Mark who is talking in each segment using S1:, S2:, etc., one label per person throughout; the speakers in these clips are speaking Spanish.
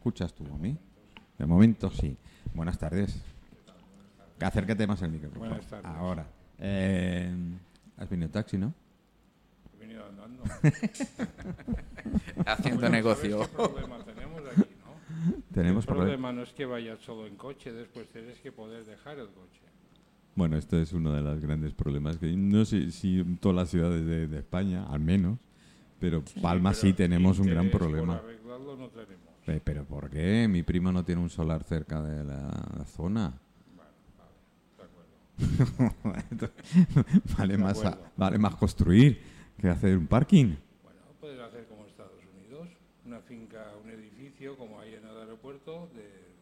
S1: escuchas tú a mí? De momento sí. Buenas tardes. Acércate más al micrófono.
S2: Buenas tardes.
S1: Ahora. Eh, has venido en taxi, ¿no?
S2: He venido andando.
S3: haciendo
S2: Bueno,
S3: negocio.
S2: ¿sabes ¿Qué problema tenemos aquí, no?
S1: Tenemos
S2: el
S1: problemas.
S2: problema no es que vayas solo en coche, después tienes que poder dejar el coche.
S1: Bueno, esto es uno de los grandes problemas que no sé si en todas las ciudades de, de España, al menos, pero Palma sí
S2: Pero
S1: tenemos un gran
S2: interés por
S1: problema.
S2: arreglarlo no tenemos.
S1: Pe- Pero ¿por qué? Mi prima no tiene un solar cerca de la zona.
S2: De acuerdo.
S1: vale,
S2: De
S1: más a-
S2: acuerdo.
S1: vale más construir que hacer un parking.
S2: Bueno, puedes hacer como Estados Unidos, una finca, un edificio como hay en el aeropuerto de,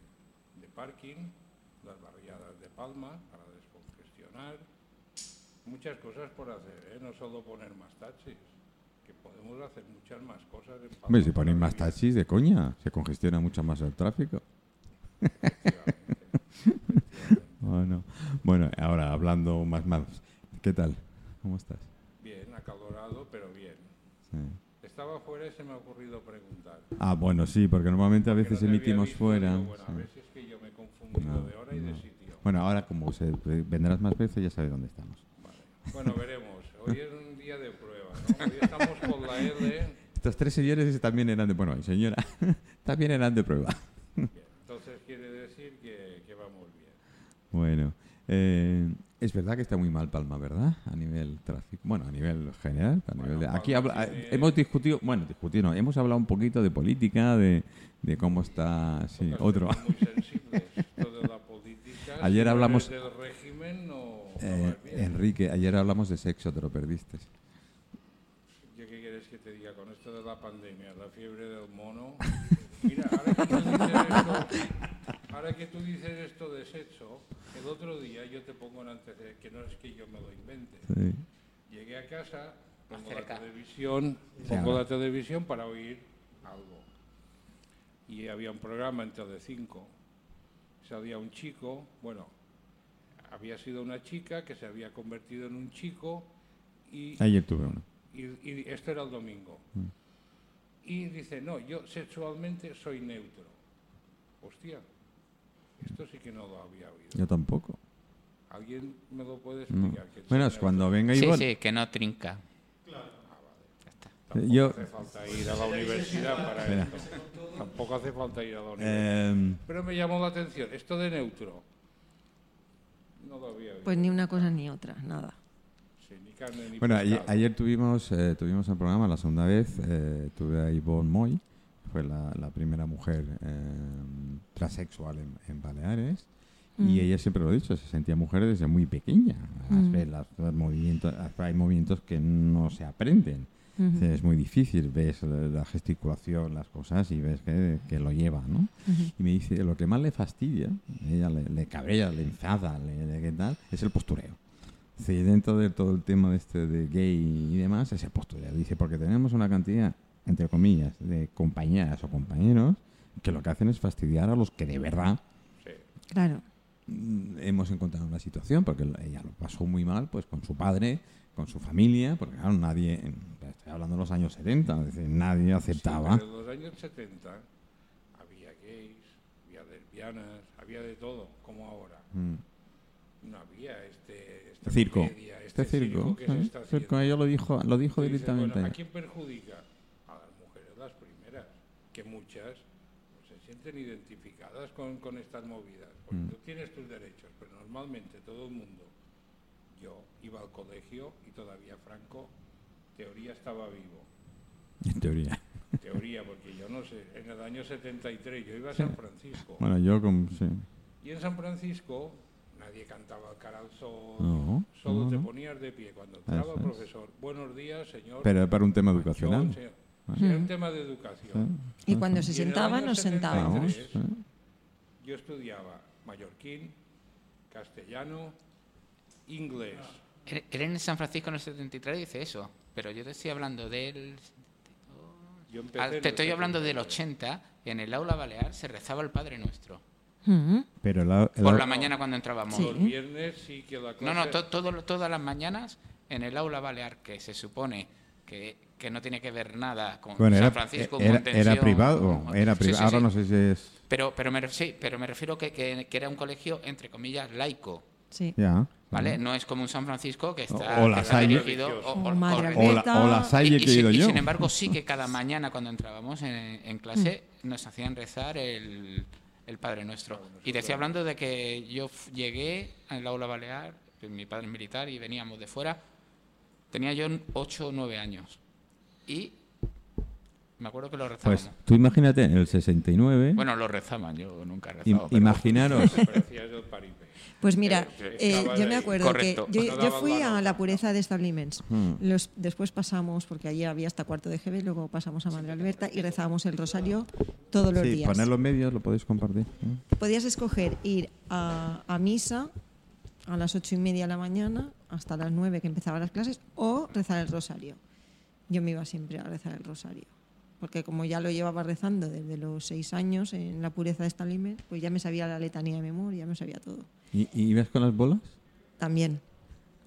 S2: de parking, las barriadas de Palma para descongestionar, muchas cosas por hacer, ¿eh? no solo poner más taxis, que podemos hacer muchas más cosas en Palma.
S1: Hombre, si ponéis
S2: para
S1: más
S2: vivir.
S1: taxis, de coña, se congestiona mucho más el tráfico. Oh, no. Bueno, ahora hablando más más. ¿Qué tal? ¿Cómo estás?
S2: Bien, acalorado, pero bien.
S1: Sí.
S2: Estaba fuera y se me ha ocurrido preguntar.
S1: Ah, bueno, sí, porque normalmente a
S2: que no
S1: veces
S2: te había
S1: emitimos
S2: visto,
S1: fuera.
S2: digo, bueno,
S1: sí.
S2: a veces que yo me he confundido
S1: No,
S2: de hora y de sitio.
S1: Bueno, ahora como se, eh, vendrás más veces, ya sabes dónde estamos.
S2: Vale. Bueno, veremos. Hoy es un día de prueba, ¿no? Hoy estamos con la L,
S1: Estos tres señores también eran de... Bueno, y señora, también eran de prueba.
S2: entonces quiere decir que, que vamos bien.
S1: Bueno, eh, es verdad que está muy mal Palma, ¿verdad? A nivel tráfico. Bueno, a nivel general. a nivel de-
S2: Palma
S1: aquí habla-
S2: tiene-
S1: eh, hemos discutido, bueno, discutido, no, hemos hablado un poquito de política, de, de cómo está... Sí,
S2: Otras
S1: otro.
S2: temas Muy sensibles. Esto de la política. si
S1: Ayer
S2: no
S1: hablamos-
S2: eres del régimen no, no
S1: Eh,
S2: vas bien.
S1: Enrique, ayer hablamos de sexo, te lo perdiste.
S2: ¿Yo qué quieres que te diga con esto de la pandemia, la fiebre del mono? Mira, ahora que tú dices esto, ahora que tú dices esto de sexo, el otro día yo te pongo un antecedente, que no es que yo me lo invente.
S1: Sí.
S2: Llegué a casa, pongo
S3: Acerca.
S2: la televisión, pongo la televisión para oír algo. Y había un programa en Telecinco. Salía un chico, bueno, había sido una chica que se había convertido en un chico y
S1: Ayer tuve uno.
S2: y, y esto era el domingo.
S1: Mm.
S2: Y dice, no, yo sexualmente soy neutro. Hostia, esto sí que no lo había oído.
S1: Yo tampoco.
S2: ¿Alguien me lo puede explicar? que
S1: Bueno, es
S2: sea
S1: cuando venga
S3: Sí,
S1: Ivonne.
S3: sí, que no trinca.
S2: neutro? Tampoco
S1: Yo,
S2: hace falta ir a la universidad para esto. Tampoco hace falta ir a la universidad.
S1: eh,
S2: Pero me llamó la atención, esto de neutro. No lo había oído.
S4: Pues ni una cosa ni otra, nada.
S2: Sí, ni carne ni
S1: bueno, ayer,
S2: pescado.
S1: ayer tuvimos, eh, tuvimos el programa la segunda vez, eh, tuve a Ivonne Moy, fue la, la primera mujer eh, transexual en, en Baleares, y ella siempre lo ha dicho, se sentía mujer desde muy pequeña. Las ve- las- los movimientos, hay movimientos que no se aprenden. O sea, Es muy difícil, ves la la gesticulación, las cosas y ves que, que lo lleva, ¿no? Y me dice, lo que más le fastidia, ella le, le cabrea, le enfada, le, le- ¿qué tal? Es el postureo. Sí, dentro de todo el tema de este de gay y demás, es el postureo. Dice, porque tenemos una cantidad, entre comillas, de compañeras o compañeros que lo que hacen es fastidiar a los que de verdad
S2: Sí.
S4: Claro.
S1: mm, hemos encontrado una situación, porque l- ella lo pasó muy mal, pues con su padre, con su familia, porque claro, nadie, estoy hablando de los años 70, es decir, nadie aceptaba.
S2: Sí, pero en los años 70 había gays, había lesbianas, había de todo, como ahora.
S1: mm,
S2: No había este, esta
S1: circo.
S2: comedia,
S1: Este circo.
S2: que
S1: ¿eh?
S2: se está haciendo.
S1: Circo, ella lo dijo, lo dijo
S2: Y dices,
S1: directamente.
S2: bueno, ¿A
S1: ella.
S2: quién perjudica? A las mujeres las primeras, que muchas pues, se sienten identificadas con, con estas movidas. Porque
S1: Mm.
S2: tú tienes tus derechos, pero normalmente todo el mundo. Yo iba al colegio y todavía Franco, teoría estaba vivo.
S1: En teoría.
S2: Teoría, porque yo no sé, en el año 73 yo iba a San Francisco.
S1: Bueno, yo como... Sí.
S2: Y en San Francisco nadie cantaba el caranzón,
S1: No,
S2: solo
S1: no,
S2: te
S1: no.
S2: ponías de pie cuando entraba el
S1: Eso es.
S2: profesor. Buenos días, señor.
S1: Pero Ah. era para un tema
S2: Machón,
S1: educacional.
S2: señor". Sí, era un tema de educación.
S4: Y cuando se
S2: Y en el
S4: sentaban,
S2: año
S4: nos
S2: 73,
S4: sentábamos.
S1: Vamos,
S2: Entonces,
S1: ¿eh?
S2: Yo estudiaba mallorquín, castellano, inglés.
S3: Él él en San Francisco en el 73 dice eso, pero yo te estoy hablando del...
S2: Yo empecé
S3: Ah,
S2: en el
S3: Te estoy hablando del
S2: 79.
S3: 80, en el aula balear se rezaba el Padre Nuestro.
S4: Mm.
S1: Pero la- el-
S3: Por la mañana cuando entrábamos.
S4: Sí.
S2: Los viernes sí que la clase...
S3: No, no, to- todo- todas las mañanas en el aula balear, que se supone que, que no tiene que ver nada con
S1: Bueno,
S3: San
S1: era,
S3: Francisco.
S1: era- era
S3: Contención,
S1: privado,
S3: con-
S1: era
S3: Sí, sí,
S1: privado. ahora
S3: sí.
S1: no sé si es...
S3: Pero, pero me, ref- sí, pero me refiero que, que- que era un colegio, entre comillas, laico.
S4: Sí.
S1: Ya.
S3: ¿Vale? No es como un San Francisco que está,
S1: O- o la
S3: que está
S1: Salle.
S3: dirigido o,
S4: Oh,
S3: o-
S4: madre
S3: correcto.
S1: O la, o la
S3: Y,
S1: Salle
S3: y
S1: que he
S3: sin-
S1: ido
S3: y
S1: yo.
S3: sin embargo, sí que cada mañana cuando entrábamos en, en clase nos hacían rezar el, el Padre Nuestro. Y te estoy hablando de que yo f- llegué al aula balear, que mi padre es militar y veníamos de fuera. Tenía yo 8 o 9 años. Y me acuerdo que lo rezábamos.
S1: Pues tú imagínate, en el 69,
S3: bueno, lo rezaban, yo nunca he
S1: im-
S3: rezado. pero-
S1: imaginaros,
S2: Parecía yo el paripé.
S4: Pues mira,
S2: Eh,
S4: eh,
S2: estaba
S4: yo
S2: ahí.
S4: me acuerdo que
S3: Correcto.
S4: yo,
S2: No
S4: yo
S2: daba
S4: fui
S2: guano.
S4: a la pureza de Establiments. Los, después pasamos, porque allí había hasta cuarto de GB, luego pasamos a Madre Alberta y rezábamos el rosario todos los
S1: sí,
S4: días.
S1: poner los medios, lo podéis compartir. ¿eh?
S4: Podías escoger ir a, a misa a las ocho y media de la mañana hasta las nueve que empezaban las clases o rezar el rosario. Yo me iba siempre a rezar el rosario, porque como ya lo llevaba rezando desde los seis años en la pureza de Stalingrad, pues ya me sabía la letanía de memoria, me sabía todo.
S1: ¿Y, y ibas con las bolas?
S4: También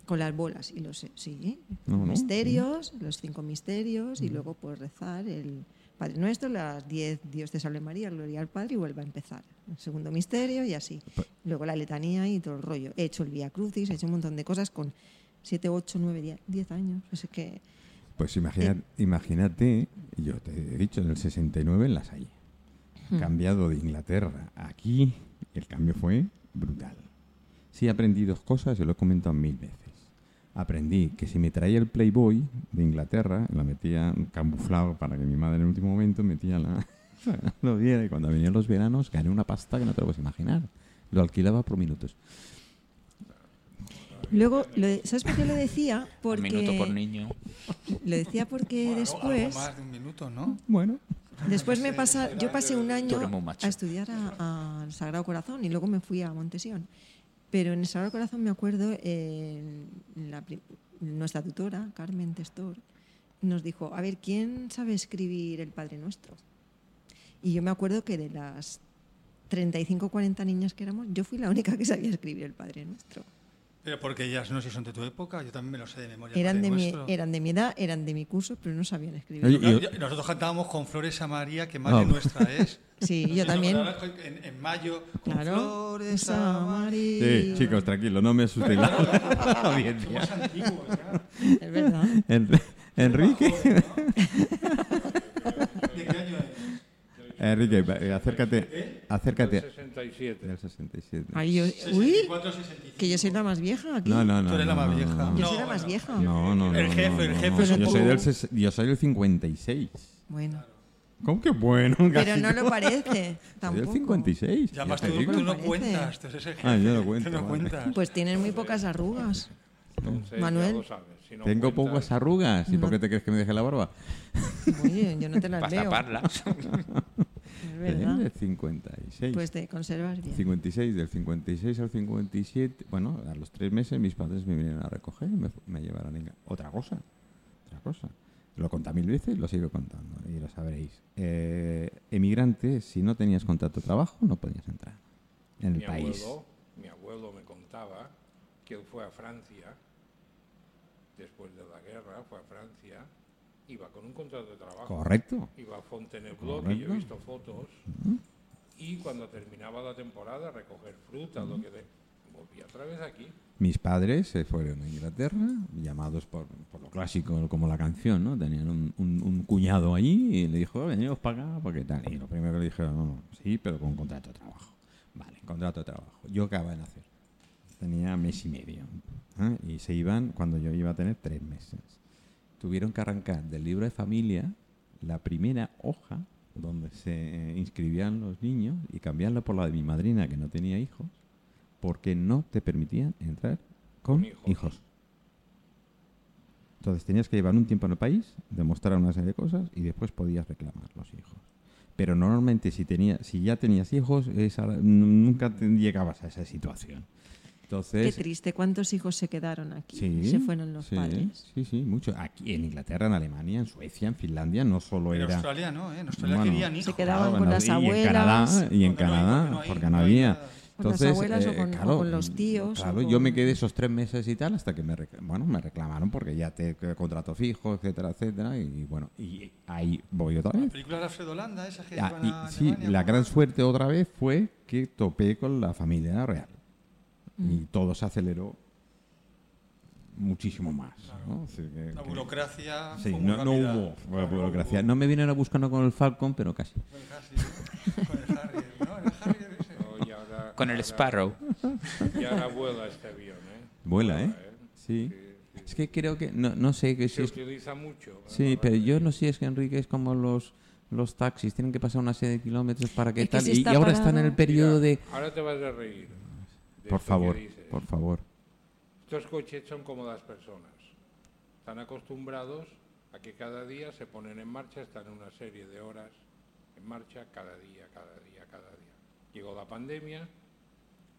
S4: con las bolas y los sí,
S1: No, no,
S4: misterios, los cinco misterios y luego pues rezar el Padre Nuestro, las diez Dios te salve María, gloria al Padre y vuelve a empezar. El segundo misterio y así. Luego la letanía y todo el rollo. He hecho el Vía Crucis, he hecho un montón de cosas con siete, ocho, nueve, diez, diez años. Así que
S1: Pues imagina- imagínate, yo te he dicho, en el 69 en la Salle. Cambiado de Inglaterra a aquí, el cambio fue brutal. Sí, aprendí dos cosas y lo he comentado mil veces. Aprendí que si me traía el Playboy de Inglaterra, la metía camuflado para que mi madre en el último momento metía la... lo viera y cuando venían los veranos gané una pasta que no te lo puedes imaginar. Lo alquilaba por minutos.
S4: luego, lo de- ¿sabes por qué lo decía? Porque
S3: Minuto por niño.
S4: lo decía porque después...
S5: Algo más de un minuto, ¿no?
S1: Bueno,
S4: Después me pasa, yo pasé un año
S3: eres muy macho.
S4: a estudiar a- al Sagrado Corazón y luego me fui a Montesión. Pero en el Sagrado Corazón me acuerdo, eh, la pri- nuestra tutora, Carmen Testor, nos dijo, a ver, ¿quién sabe escribir el Padre Nuestro? Y yo me acuerdo que de las 35 o 40 niñas que éramos, yo fui la única que sabía escribir el Padre Nuestro.
S5: Pero porque ellas no sé si son de tu época, yo también me lo sé de memoria.
S4: Eran
S5: Padre
S4: de, mi,
S5: Nuestro.
S4: eran de mi edad, eran de mi curso, pero no sabían escribir.
S1: Oye,
S5: Yo- yo- Nosotros cantábamos con Flores a María, que madre
S1: No.
S5: nuestra es.
S4: Sí,
S5: Nos
S4: yo
S5: hizo
S4: también.
S5: acordar con- En, en mayo, con
S4: Claro.
S5: Flores a María.
S1: sí, chicos, tranquilo, no me asustéis. La audiencia.
S5: Somos antiguos, ya.
S4: Es verdad.
S1: Enri- Enrique,
S5: ¿De qué año es?
S1: Enrique, va- eh, acércate,
S2: El
S1: acércate.
S2: 67.
S1: Del 67.
S4: Ahí yo- uy,
S5: 64, 65.
S4: que yo soy la más vieja aquí.
S1: No, no, no.
S5: Tú eres la
S1: no,
S5: más
S1: no,
S5: vieja.
S1: No,
S4: Yo
S5: No,
S4: soy la más
S5: bueno.
S4: vieja.
S1: no, no. no,
S5: El jefe,
S1: no,
S5: el
S1: no,
S5: jefe
S1: no.
S5: es un
S1: yo soy
S5: poco-
S1: del ses- yo soy del 56.
S4: Bueno,
S1: ¿Cómo que bueno?
S4: pero
S1: casi
S4: no lo
S1: como-
S4: parece
S1: Soy
S4: tampoco.
S1: del 56.
S5: Ya
S1: ya
S5: más
S1: te
S5: tú,
S1: digo.
S5: tú no
S4: Parece.
S5: cuentas, tú eres el jefe.
S1: Ah, yo no
S5: tú
S1: cuento,
S5: no
S1: vale.
S5: cuentas.
S4: Pues tienes muy pocas arrugas.
S2: Entonces,
S4: Manuel.
S2: ya lo sabes, si no
S1: Tengo
S2: cuentas-
S1: pocas arrugas. ¿Y
S4: No.
S1: por qué te crees que me deje la barba?
S4: Oye, yo no te las
S3: Para
S4: veo.
S3: taparla.
S4: Es
S1: Soy
S4: verdad.
S1: Del 56.
S4: Pues te conservas bien.
S1: 56, del 56 al 57, bueno, a los tres meses mis padres me vinieron a recoger y me, fu- me llevaron a Inga- Otra cosa, otra cosa. Lo conté mil veces, lo sigo contando y lo sabréis. Eh, emigrante, si no tenías contrato de trabajo, no podías entrar en el
S2: mi
S1: país.
S2: Abuelo, mi abuelo me contaba que él fue a Francia, después de la guerra, fue a Francia, iba con un contrato de trabajo,
S1: Correcto.
S2: iba a Fontainebleau, que yo he
S1: Correcto.
S2: visto fotos, y cuando terminaba la temporada, a recoger fruta, lo que de, volvía otra vez aquí.
S1: Mis padres se fueron a Inglaterra, llamados por, por lo clásico, como la canción, ¿no? Tenían un, un- un cuñado allí y le dijo, venimos para acá, porque tal. Y lo primero que le dijeron, no, no, sí, pero con contrato de trabajo. Vale, contrato de trabajo. Yo acababa de nacer. Tenía mes y medio. ¿eh? Y se iban cuando yo iba a tener tres meses. Tuvieron que arrancar del libro de familia la primera hoja donde se eh, inscribían los niños y cambiarla por la de mi madrina, que no tenía hijos, porque no te permitían entrar con
S2: Con
S1: hijos.
S2: hijos.
S1: Entonces tenías que llevar un tiempo en el país, demostrar una serie de cosas y después podías reclamar los hijos. Pero normalmente si, tenía, si ya tenías hijos, esa- n- nunca te- llegabas a esa situación.
S4: Qué
S1: Entonces,
S4: triste. ¿Cuántos hijos se quedaron aquí?
S1: Sí,
S4: se fueron los
S1: sí,
S4: padres.
S1: Sí, sí, mucho. Aquí en Inglaterra, en Alemania, en Suecia, en Finlandia, no solo
S5: En
S1: era.
S5: Australia no, ¿eh? En Australia
S1: Bueno,
S5: querían hijos.
S4: quedaban
S1: Claro,
S4: con
S1: en
S4: las
S1: Au- y en
S4: abuelas.
S1: Canadá, y en
S5: Porque no hay-
S1: Canadá,
S5: porque no hay-
S1: porque no
S5: no hay
S1: había.
S5: nada.
S4: con las abuelas o,
S1: eh,
S4: con, o
S1: claro,
S4: con los tíos. o
S1: Claro, yo me
S4: con-
S1: quedé esos tres meses y tal hasta que me, recla- bueno, me reclamaron porque ya te que contrato fijo, etcétera, etcétera. Y bueno, y ahí voy otra
S5: La
S1: vez.
S5: película de Alfredo Landa, esa que
S1: Ah,
S5: iban a
S1: y, sí,
S5: Alemania,
S2: pues.
S1: la
S5: ¿cómo?
S1: gran suerte otra vez fue que topé con la familia real.
S2: Mm.
S1: Y todo se aceleró muchísimo más. ¿no? Así que-
S5: La
S1: que-
S5: burocracia.
S1: Sí,
S5: fue muy
S1: no, no
S5: rápida.
S1: hubo
S5: Claro,
S1: burocracia.
S5: hubo.
S1: No me vinieron buscando con el Falcon, pero casi.
S5: Fue casi, ¿no? Con el Harry, ¿no? Era Harry ese.
S2: No, y ahora-
S3: Con el
S2: ahora-
S3: Sparrow.
S2: Y ahora vuela este avión, ¿eh?
S1: Vuela, ¿eh? Sí.
S2: sí.
S1: Es que creo que, no, no sé que si
S2: Se
S1: es
S2: utiliza mucho.
S1: Sí, pero yo no sé si es que Enrique es como los, los taxis, tienen que pasar una serie de kilómetros para que
S4: Es que
S1: tal.
S4: si
S1: y- y
S4: está
S1: ahora
S4: parado-
S1: están en el periodo de.
S2: Ahora te vas a reír. de esto
S1: Por
S2: que
S1: favor,
S2: dices.
S1: por favor.
S2: Estos coches son como las personas. Están acostumbrados a que cada día se ponen en marcha, están una serie de horas en marcha cada día, cada día, cada día. Llegó la pandemia,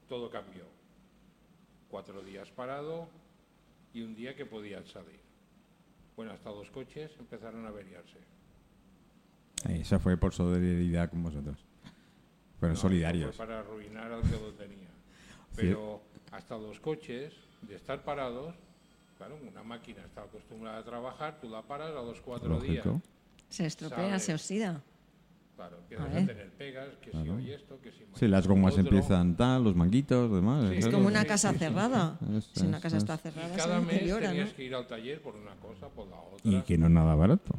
S2: todo cambió. Cuatro días parado y un día que podían salir. Bueno, hasta los coches empezaron a averiarse.
S1: Esa fue por solidaridad con vosotros. Fueron
S2: No,
S1: solidarios.
S2: eso fue para arruinar al que lo tenía. Pero hasta los coches, de estar parados, claro, una máquina está acostumbrada a trabajar, tú la paras a los cuatro
S1: Lógico.
S2: días.
S4: Se estropea,
S2: Sabe.
S4: se oxida.
S2: Claro, empiezas
S4: Ah, ¿eh?
S2: a tener pegas, que si
S1: Claro.
S2: hoy esto, que si mañana
S1: Sí, las gomas
S2: otro.
S1: empiezan tal, los manguitos, demás.
S2: Sí.
S4: Es
S2: Claro,
S4: como una
S2: sí,
S4: casa
S2: sí, sí.
S4: cerrada.
S1: Eso
S4: Si una
S1: es, eso
S4: casa está
S1: es.
S4: cerrada,
S2: Y
S4: se
S2: cada mes
S4: deteriora,
S2: tenías
S4: ¿no?
S2: que ir al taller por una cosa, por la otra.
S1: Y que no es nada barato.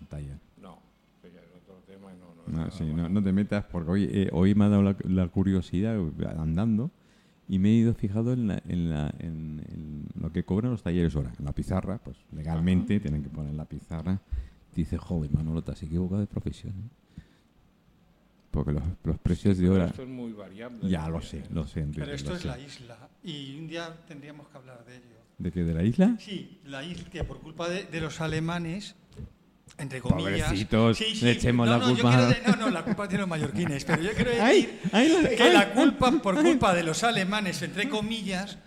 S1: El taller.
S2: No, que ya es otro tema y no, no, es
S1: No,
S2: nada
S1: sí,
S2: más.
S1: no, no te metas, porque hoy, eh, hoy me ha dado la, la curiosidad eh, andando y me he ido fijado en, la- en la- en- en lo que cobran los talleres ahora. En la pizarra, pues legalmente tienen que poner la pizarra. Dice, joven, Manolo, te has equivocado de profesión. ¿eh?". Porque los, los precios de
S2: Pero
S1: hora.
S2: Esto es muy variable.
S1: Ya lo
S2: también,
S1: sé,
S2: ¿eh?
S1: lo sé, Enrique,
S5: Pero esto
S1: lo
S5: es
S1: sé.
S5: la isla. Y un día tendríamos que hablar de ello.
S1: ¿De qué? ¿De la isla?
S5: Sí, la isla, que por culpa de, de los alemanes, entre comillas.
S1: Pobrecitos,
S5: Sí, sí.
S1: le echemos
S5: No,
S1: la
S5: no, yo
S1: culpa.
S5: quiero de- no, no, la culpa tiene los mallorquines. Pero yo quiero decir
S1: Ay, ay, la-
S5: que
S1: ay,
S5: la culpa, por culpa de los alemanes, entre comillas,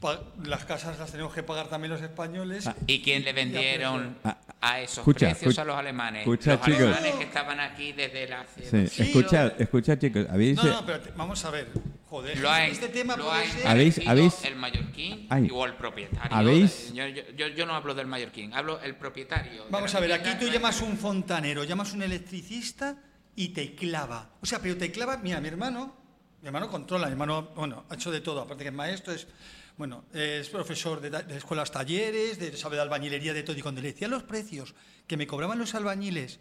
S5: pa- las casas las tenemos que pagar también los españoles.
S3: ¿Y quién le vendieron
S1: Ah,
S3: a esos
S1: escucha,
S3: precios
S1: escucha,
S3: a los alemanes?
S1: escucha,
S3: los
S1: chicos.
S3: alemanes que estaban aquí desde la
S1: Sí.
S5: Sí,
S1: Escuchad,
S5: lo-
S1: escuchad, chicos. Habéis,
S5: No, no, pero te- vamos a ver. Joder,
S3: Lo ha,
S5: este tema
S3: lo
S5: puede
S3: ha
S5: ser.
S1: A ver. Habéis-
S3: encarecido
S1: habéis-
S3: el mallorquín
S1: Ay.
S3: o el propietario.
S1: Habéis-
S3: Yo, yo- yo- yo no hablo del mallorquín, hablo el propietario. de
S5: Vamos
S3: la
S5: a ver,
S3: vivienda,
S5: aquí tú
S3: no es-
S5: llamas un fontanero, llamas un electricista y te clava. O sea, pero te clava, mira, mi hermano, mi hermano controla, mi hermano, bueno, ha hecho de todo, aparte que es maestro, es, bueno, es profesor de, ta- de escuelas talleres, de, sabe de albañilería, de todo, y cuando le decía los precios que me cobraban los albañiles,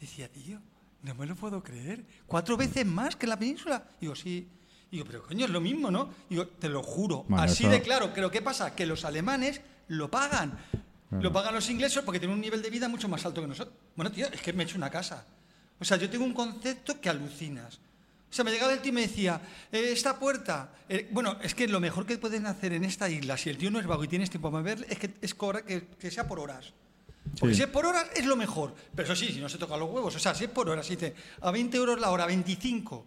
S5: decía, tío, no me lo puedo creer, cuatro veces más que en la península. Digo, sí. Digo, pero coño, es lo mismo, ¿no? Digo, te lo juro,
S1: Bueno,
S5: así
S1: eso-
S5: de claro. Pero ¿qué pasa? Que los alemanes lo pagan. Lo pagan los ingleses porque tienen un nivel de vida mucho más alto que nosotros. Bueno, tío, es que me he hecho una casa. O sea, yo tengo un concepto que alucinas. O sea, me llegaba el tío y me decía, eh, esta puerta, eh, bueno, es que lo mejor que pueden hacer en esta isla, si el tío no es vago y tienes tiempo para ver, es que es cobrar que, que sea por horas. Porque
S1: Sí.
S5: si es por horas es lo mejor. Pero eso sí, si no se tocan los huevos. O sea, si es por horas, si dice a 20 euros la hora, 25,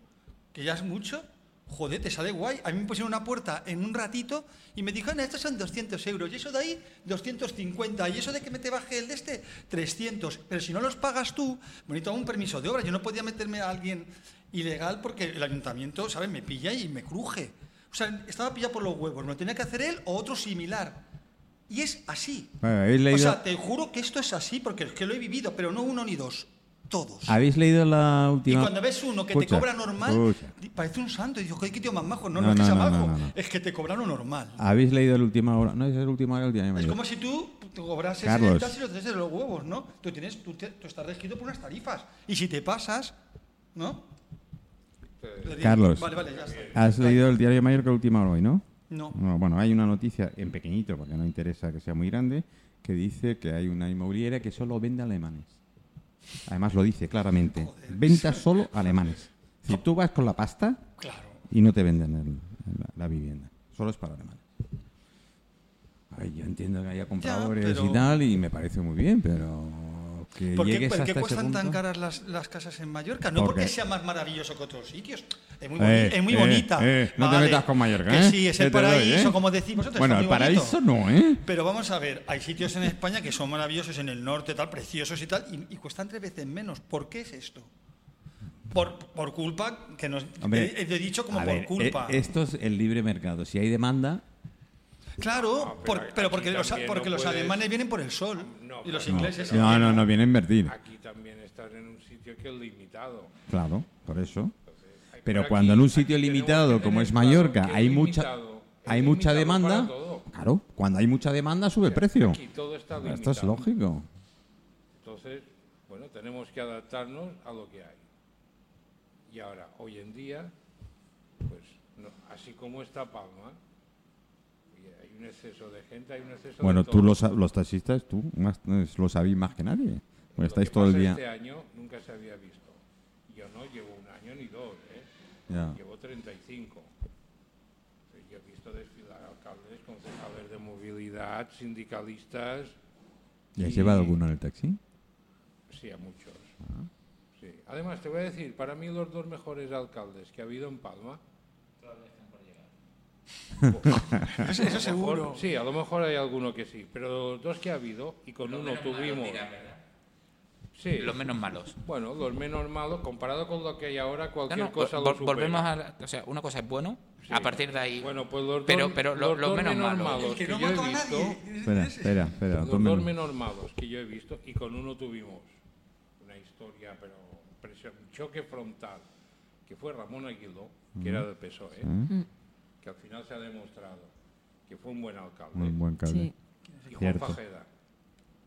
S5: que ya es mucho, joder, te sale guay. A mí me pusieron una puerta en un ratito y me dijeron, estos son 200 euros. Y eso de ahí, 250. Y eso de que me te baje el de este, 300. Pero si no los pagas tú, bonito, un permiso de obra. Yo no podía meterme a alguien ilegal porque el ayuntamiento, ¿sabes? Me pilla y me cruje. O sea, estaba pillado por los huevos. Me lo tenía que hacer él o otro similar. Y es así.
S1: Bueno, ¿habéis
S5: O
S1: leído-
S5: sea, te juro que esto es así, porque es que lo he vivido, pero no uno ni dos, todos.
S1: ¿Habéis leído la
S5: Y
S1: última?
S5: cuando ves uno que
S1: Ah, Escucha,
S5: te cobra normal,
S1: escucha.
S5: di- parece un santo. Y digo, ¿qué qué tío más majo? No,
S1: No,
S5: no, es que
S1: no,
S5: sea
S1: no,
S5: majo,
S1: no, no, no.
S5: es que te cobra lo normal.
S1: ¿Habéis leído la última hora? No, esa es la última hora del día. de
S5: Es
S1: mañana.
S5: como si tú te cobrases
S1: Carlos.
S5: el taxi y lo haces de los huevos, ¿no? Tú, tienes, tú, te- tú estás regido por unas tarifas. Y si te pasas, ¿no? Le digo,
S1: Carlos.
S5: Vale, vale, ya está.
S1: Has leído el diario de Mallorca última hora hoy, ¿no?
S5: No.
S1: No, Bueno, hay una noticia en pequeñito, porque no interesa que sea muy grande, que dice que hay una inmobiliaria que solo vende alemanes. Además lo dice claramente.
S5: Joder.
S1: Venta solo a alemanes. Si tú vas con la pasta
S5: Claro.
S1: y no te venden el- la, la vivienda, solo es para alemanes. Ay, yo entiendo que haya compradores
S5: pero-
S1: y tal, y me parece muy bien, pero que
S5: ¿Por qué,
S1: llegues
S5: por qué
S1: hasta ese
S5: cuestan tan
S1: punto-
S5: caras las, las casas en Mallorca? No
S1: Porque-
S5: porque sea más maravilloso que otros sitios. Es muy,
S1: Eh,
S5: boni- es muy
S1: eh,
S5: bonita.
S1: eh, no te metas con Mallorca,
S5: Que
S1: ¿eh?
S5: sí, es
S1: Que
S5: el
S1: te doy,
S5: paraíso,
S1: ¿eh?
S5: como decimos. está
S1: Bueno,
S5: muy
S1: el paraíso
S5: bonito.
S1: no, ¿eh?
S5: Pero vamos a ver, hay sitios en España que son maravillosos en el norte, tal, preciosos y tal, y, y cuestan tres veces menos. ¿Por qué es esto? Por, por culpa, que nos.
S1: Hombre,
S5: he, he dicho como
S1: A
S5: por
S1: ver,
S5: culpa.
S1: eh, esto es el libre mercado. Si hay demanda,
S5: claro,
S2: No, pero
S5: por-
S2: aquí
S5: pero porque, los,
S2: también
S5: porque
S2: no
S5: los
S2: puedes-
S5: alemanes vienen por el sol.
S2: No,
S5: y los
S2: claro.
S5: ingleses.
S2: No,
S1: no,
S5: también.
S1: no, no viene a invertir.
S2: Aquí también estás en un sitio que es limitado.
S1: Claro, por eso.
S2: Pero
S1: Pero
S2: aquí-
S1: cuando en un sitio
S2: aquí tenemos
S1: limitado
S2: que
S1: como
S2: tener
S1: es
S2: claro
S1: Mallorca
S2: que
S1: hay
S2: es
S1: mucha
S2: limitado. Es
S1: hay mucha
S2: limitado para
S1: demanda,
S2: todo.
S1: claro, cuando hay mucha demanda sube el precio.
S2: Aquí todo está limitado.
S1: Esto es lógico.
S2: Entonces, bueno, tenemos que adaptarnos a lo que hay. Y ahora, hoy en día, pues no, así como está Palma, y hay un exceso de gente, hay un exceso de
S1: Bueno,
S2: todo.
S1: tú los, los taxistas, tú más- eh, lo sabéis más que nadie. Porque
S2: Lo
S1: estáis
S2: que
S1: todo el
S2: pasa
S1: día.
S2: Este año nunca se había visto. Yo no llevo un año ni dos, ¿eh?
S1: Ya.
S2: Llevo 35. O sea, Yo he visto desfilar alcaldes, concejales de movilidad, sindicalistas.
S1: ¿Y has
S2: y-
S1: llevado alguno en el taxi?
S2: Sí, a muchos. Sí. Además, te voy a decir, para mí los dos mejores alcaldes que ha habido en Palma.
S5: Eso, eso seguro.
S2: Sí, a lo mejor hay alguno que sí, pero los dos que ha habido y con uno tuvimos. Sí.
S3: Los menos malos.
S2: Bueno, los menos malos, comparado con lo que hay ahora,
S3: No,
S2: cualquier
S3: no,
S2: cosa
S3: vol-
S2: lo supera.
S3: volvemos a. la- O sea, una cosa es bueno,
S2: Sí.
S3: a partir de ahí.
S2: Bueno, pues los dos,
S3: pero, pero lo-
S2: los
S3: los
S2: dos
S3: menos, malos.
S2: malos
S5: que
S2: que
S5: no
S2: yo he
S5: mató a
S2: visto,
S5: nadie.
S1: Espera, espera, espera.
S2: los
S1: dos
S2: dos
S1: minutos.
S2: menos malos que yo he visto, y con uno tuvimos una historia, pero impresion- un choque frontal, que fue Ramón Aguiló, que era del PSOE, E,
S1: Mm.
S2: Mm. que al final se ha demostrado que fue un buen alcalde,
S1: Muy buen cable.
S4: Sí.
S2: y Juan
S1: Cierto.
S2: Fajeda,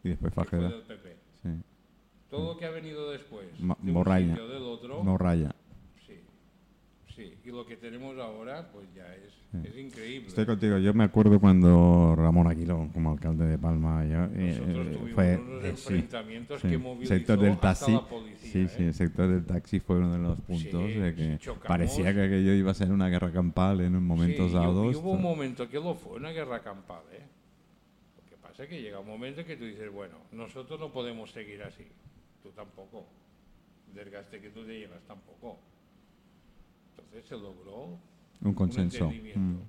S1: Y después
S2: que fue
S1: Fajeda.
S2: del PP.
S1: Sí.
S2: Todo lo que ha venido después,
S1: Ma-
S2: de un
S1: Morralla.
S2: sitio del otro,
S1: No raya.
S2: sí, sí, y lo que tenemos ahora, pues ya es, es increíble.
S1: Estoy contigo. Yo me acuerdo cuando Ramón Aguiló, como alcalde de Palma, yo, eh,
S2: Nosotros
S1: eh,
S2: tuvimos
S1: fue eh,
S2: unos
S1: sí,
S2: enfrentamientos
S1: sí.
S2: que
S1: el
S2: movilizó
S1: sector del
S2: hasta
S1: taxi.
S2: la policía.
S1: Sí,
S2: ¿eh?
S1: sí, el sector del taxi fue uno de los puntos
S2: Sí,
S1: de que
S2: chocamos.
S1: parecía que aquello iba a ser una guerra campal en un momento
S2: Sí, y
S1: dado.
S2: hu- y hubo un momento que lo fue, una guerra campal, ¿eh? Lo que pasa es que llega un momento que tú dices, bueno, nosotros no podemos seguir así. Tú tampoco. El Desgaste que tú te llevas tampoco. Entonces se logró
S1: un consenso.
S2: un entendimiento.
S1: Mm.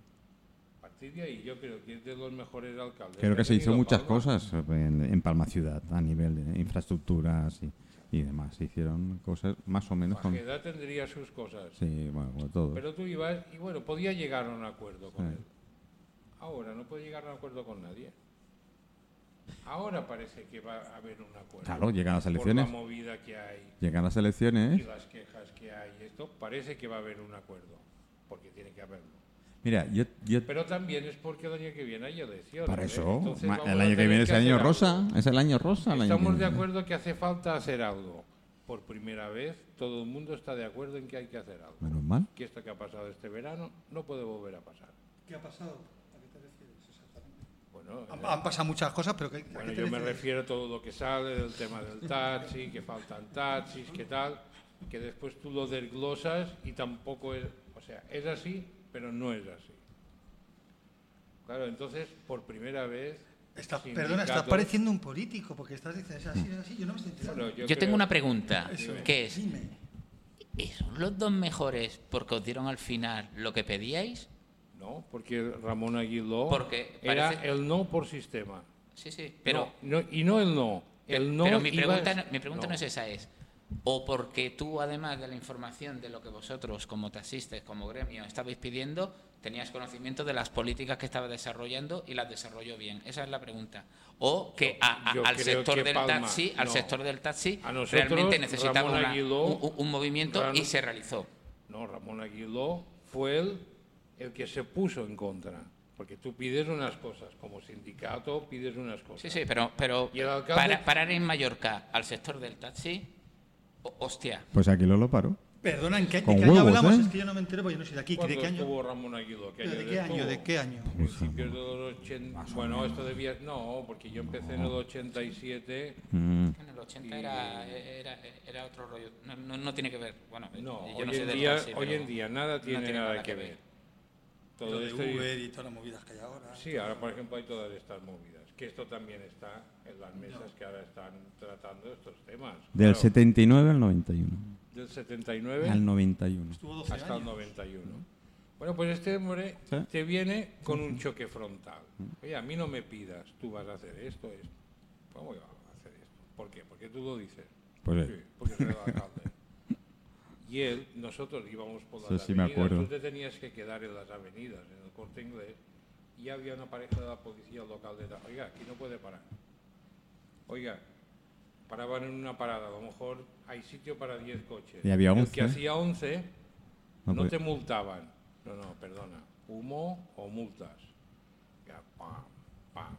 S2: A partir de ahí yo creo que es de los mejores alcaldes.
S1: Creo que
S2: ha
S1: se hizo
S2: tenido
S1: muchas
S2: Palma.
S1: cosas en, en Palma Ciudad a nivel de infraestructuras y, y demás. Se hicieron cosas más o menos con...
S2: Bajeda tendría sus cosas.
S1: Sí, bueno, como todo.
S2: Pero tú ibas y bueno, podía llegar a un acuerdo con él. Ahora no puede llegar a un acuerdo con nadie. Ahora parece que va a haber un acuerdo.
S1: Claro, llegan las
S2: Por
S1: elecciones.
S2: la movida que hay
S1: Llegan las
S2: y
S1: elecciones.
S2: las quejas que hay, y esto parece que va a haber un acuerdo, porque tiene que haberlo.
S1: Mira, yo, yo
S2: Pero también es porque el año que viene hay elecciones.
S1: Para
S2: ¿eh?
S1: eso,
S2: Entonces
S1: ma-
S2: vamos
S1: el
S2: a
S1: año que
S2: tener
S1: viene es el
S2: hacer
S1: año
S2: algo.
S1: rosa, es el año rosa. el año que
S2: Estamos de
S1: viene.
S2: acuerdo que hace falta hacer algo. Por primera vez, todo el mundo está de acuerdo en que hay que hacer algo.
S1: Menos mal.
S2: Que esto que ha pasado este verano no puede volver a pasar.
S5: ¿Qué ha pasado? ¿A qué te refieres exactamente?
S2: Bueno,
S5: Han,
S2: eh,
S5: han pasado muchas cosas, pero Ah, ¿qué, a
S2: bueno,
S5: qué te
S2: yo me
S5: refieres?
S2: refiero a todo lo que sale del tema del taxi, que faltan taxis, que tal, que después tú lo desglosas y tampoco es, o sea, es así, pero no es así. Claro, entonces, por primera vez...
S5: Estás-
S2: sindicatos-
S5: perdona, estás pareciendo un político, porque estás diciendo, es así, es así, yo no me estoy enterando.
S2: Bueno,
S3: Yo,
S2: creo-
S3: tengo una pregunta,
S5: Eso,
S3: que es,
S5: Dime.
S3: ¿y ¿son los dos mejores porque os dieron al final lo que pedíais?
S2: No, porque Ramón Aguiló
S3: Porque
S2: era
S3: parece-
S2: el no por sistema.
S3: Sí, sí, pero,
S2: No, no, y no el no. El no
S3: pero mi
S2: iba-
S3: pregunta, no, mi pregunta no. es esa, es, o porque tú, además de la información de lo que vosotros como taxistas, como gremio, estabais pidiendo, tenías conocimiento de las políticas que estaba desarrollando y las desarrolló bien. Esa es la pregunta. O que a- a-
S2: yo
S3: al
S2: creo
S3: sector
S2: que
S3: del
S2: Palma,
S3: taxi, al
S2: no.
S3: sector del taxi,
S2: A nosotros,
S3: realmente necesitaba
S2: Ramón
S3: una-
S2: Aguiló,
S3: un, un movimiento
S2: Ram-
S3: y se realizó.
S2: No, Ramón Aguiló fue el, el que se puso en contra. Porque tú pides unas cosas, como sindicato pides unas cosas.
S3: Sí, sí, pero, pero
S2: Y el alcalde-
S3: para, parar en Mallorca al sector del taxi, o- hostia.
S1: Pues aquí lo lo paró.
S5: Perdona, ¿en qué, de
S1: Con
S5: qué año
S1: huevos,
S5: hablamos?
S1: ¿eh?
S5: Es que yo no me entero porque yo no soy de aquí. ¿De
S2: ¿Cuándo
S5: qué año?
S2: estuvo Ramón Aguiló? ¿Qué
S5: Pero
S2: año
S5: ¿De qué año? ¿De qué año?
S2: Principios de los 80. Bueno, esto debía. No, porque yo empecé en el 87.
S1: Mm.
S3: En el 80 era, era, era otro rollo. No, no, no tiene que ver. Bueno,
S2: No,
S3: yo
S2: hoy,
S3: no sé
S2: en
S3: del
S2: día,
S3: taxi,
S2: hoy
S3: pero
S2: en día nada
S3: no
S2: tiene, nada, que ver.
S5: Lo
S2: Todo
S5: de
S2: esto.
S5: Uber y todas las movidas que hay ahora.
S2: Sí, ahora por ejemplo hay todas estas movidas. Que esto también está en las mesas que ahora están tratando estos temas.
S1: Del
S2: Claro, ¿Eh?
S1: 79 al 91.
S2: del 79
S1: Al 91.
S5: Estuvo 12
S2: hasta el
S5: años.
S2: 91. Bueno, pues este hombre
S1: Sí.
S2: te viene con un choque frontal. Oye, a mí no me pidas, tú vas a hacer esto, esto. ¿Cómo que vas a hacer esto? ¿Por qué? Porque tú lo dices.
S1: Pues,
S2: Sí, porque soy el alcalde. Y él, nosotros íbamos por las
S1: Sí, sí, me
S2: avenidas,
S1: acuerdo.
S2: tú te tenías que quedar en las avenidas, en el corte inglés, y había una pareja de la policía local de la, oiga, aquí no puede parar. Oiga, paraban en una parada, a lo mejor hay sitio para 10 coches.
S1: Y había
S2: El
S1: 11.
S2: que hacía 11
S1: No pues,
S2: no,
S1: puede-
S2: te multaban. No, no, perdona. Humo o multas. Ya, pam, pam.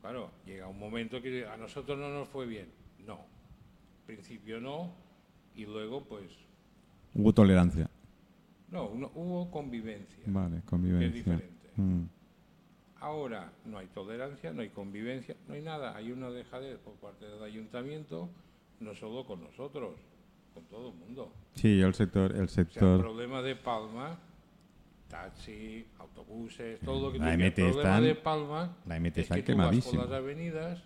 S2: Claro, llega un momento que a nosotros no nos fue bien. No. Al principio no, y luego pues
S1: Hubo tolerancia.
S2: no, uno- hubo convivencia.
S1: Vale, convivencia.
S2: Es diferente.
S1: Mm.
S2: Ahora no hay tolerancia, no hay convivencia, no hay nada. Hay una dejadez por parte del ayuntamiento, no solo con nosotros, con todo el mundo.
S1: Sí, yo el sector, el
S2: O sea, el
S1: sector.
S2: problema de Palma, taxi, autobuses, todo lo que
S1: La
S2: tú quieras.
S1: MT
S2: El problema
S1: están-
S2: de Palma
S1: la MT
S2: es
S1: está
S2: que tú vas por
S1: quemadísima.
S2: las avenidas,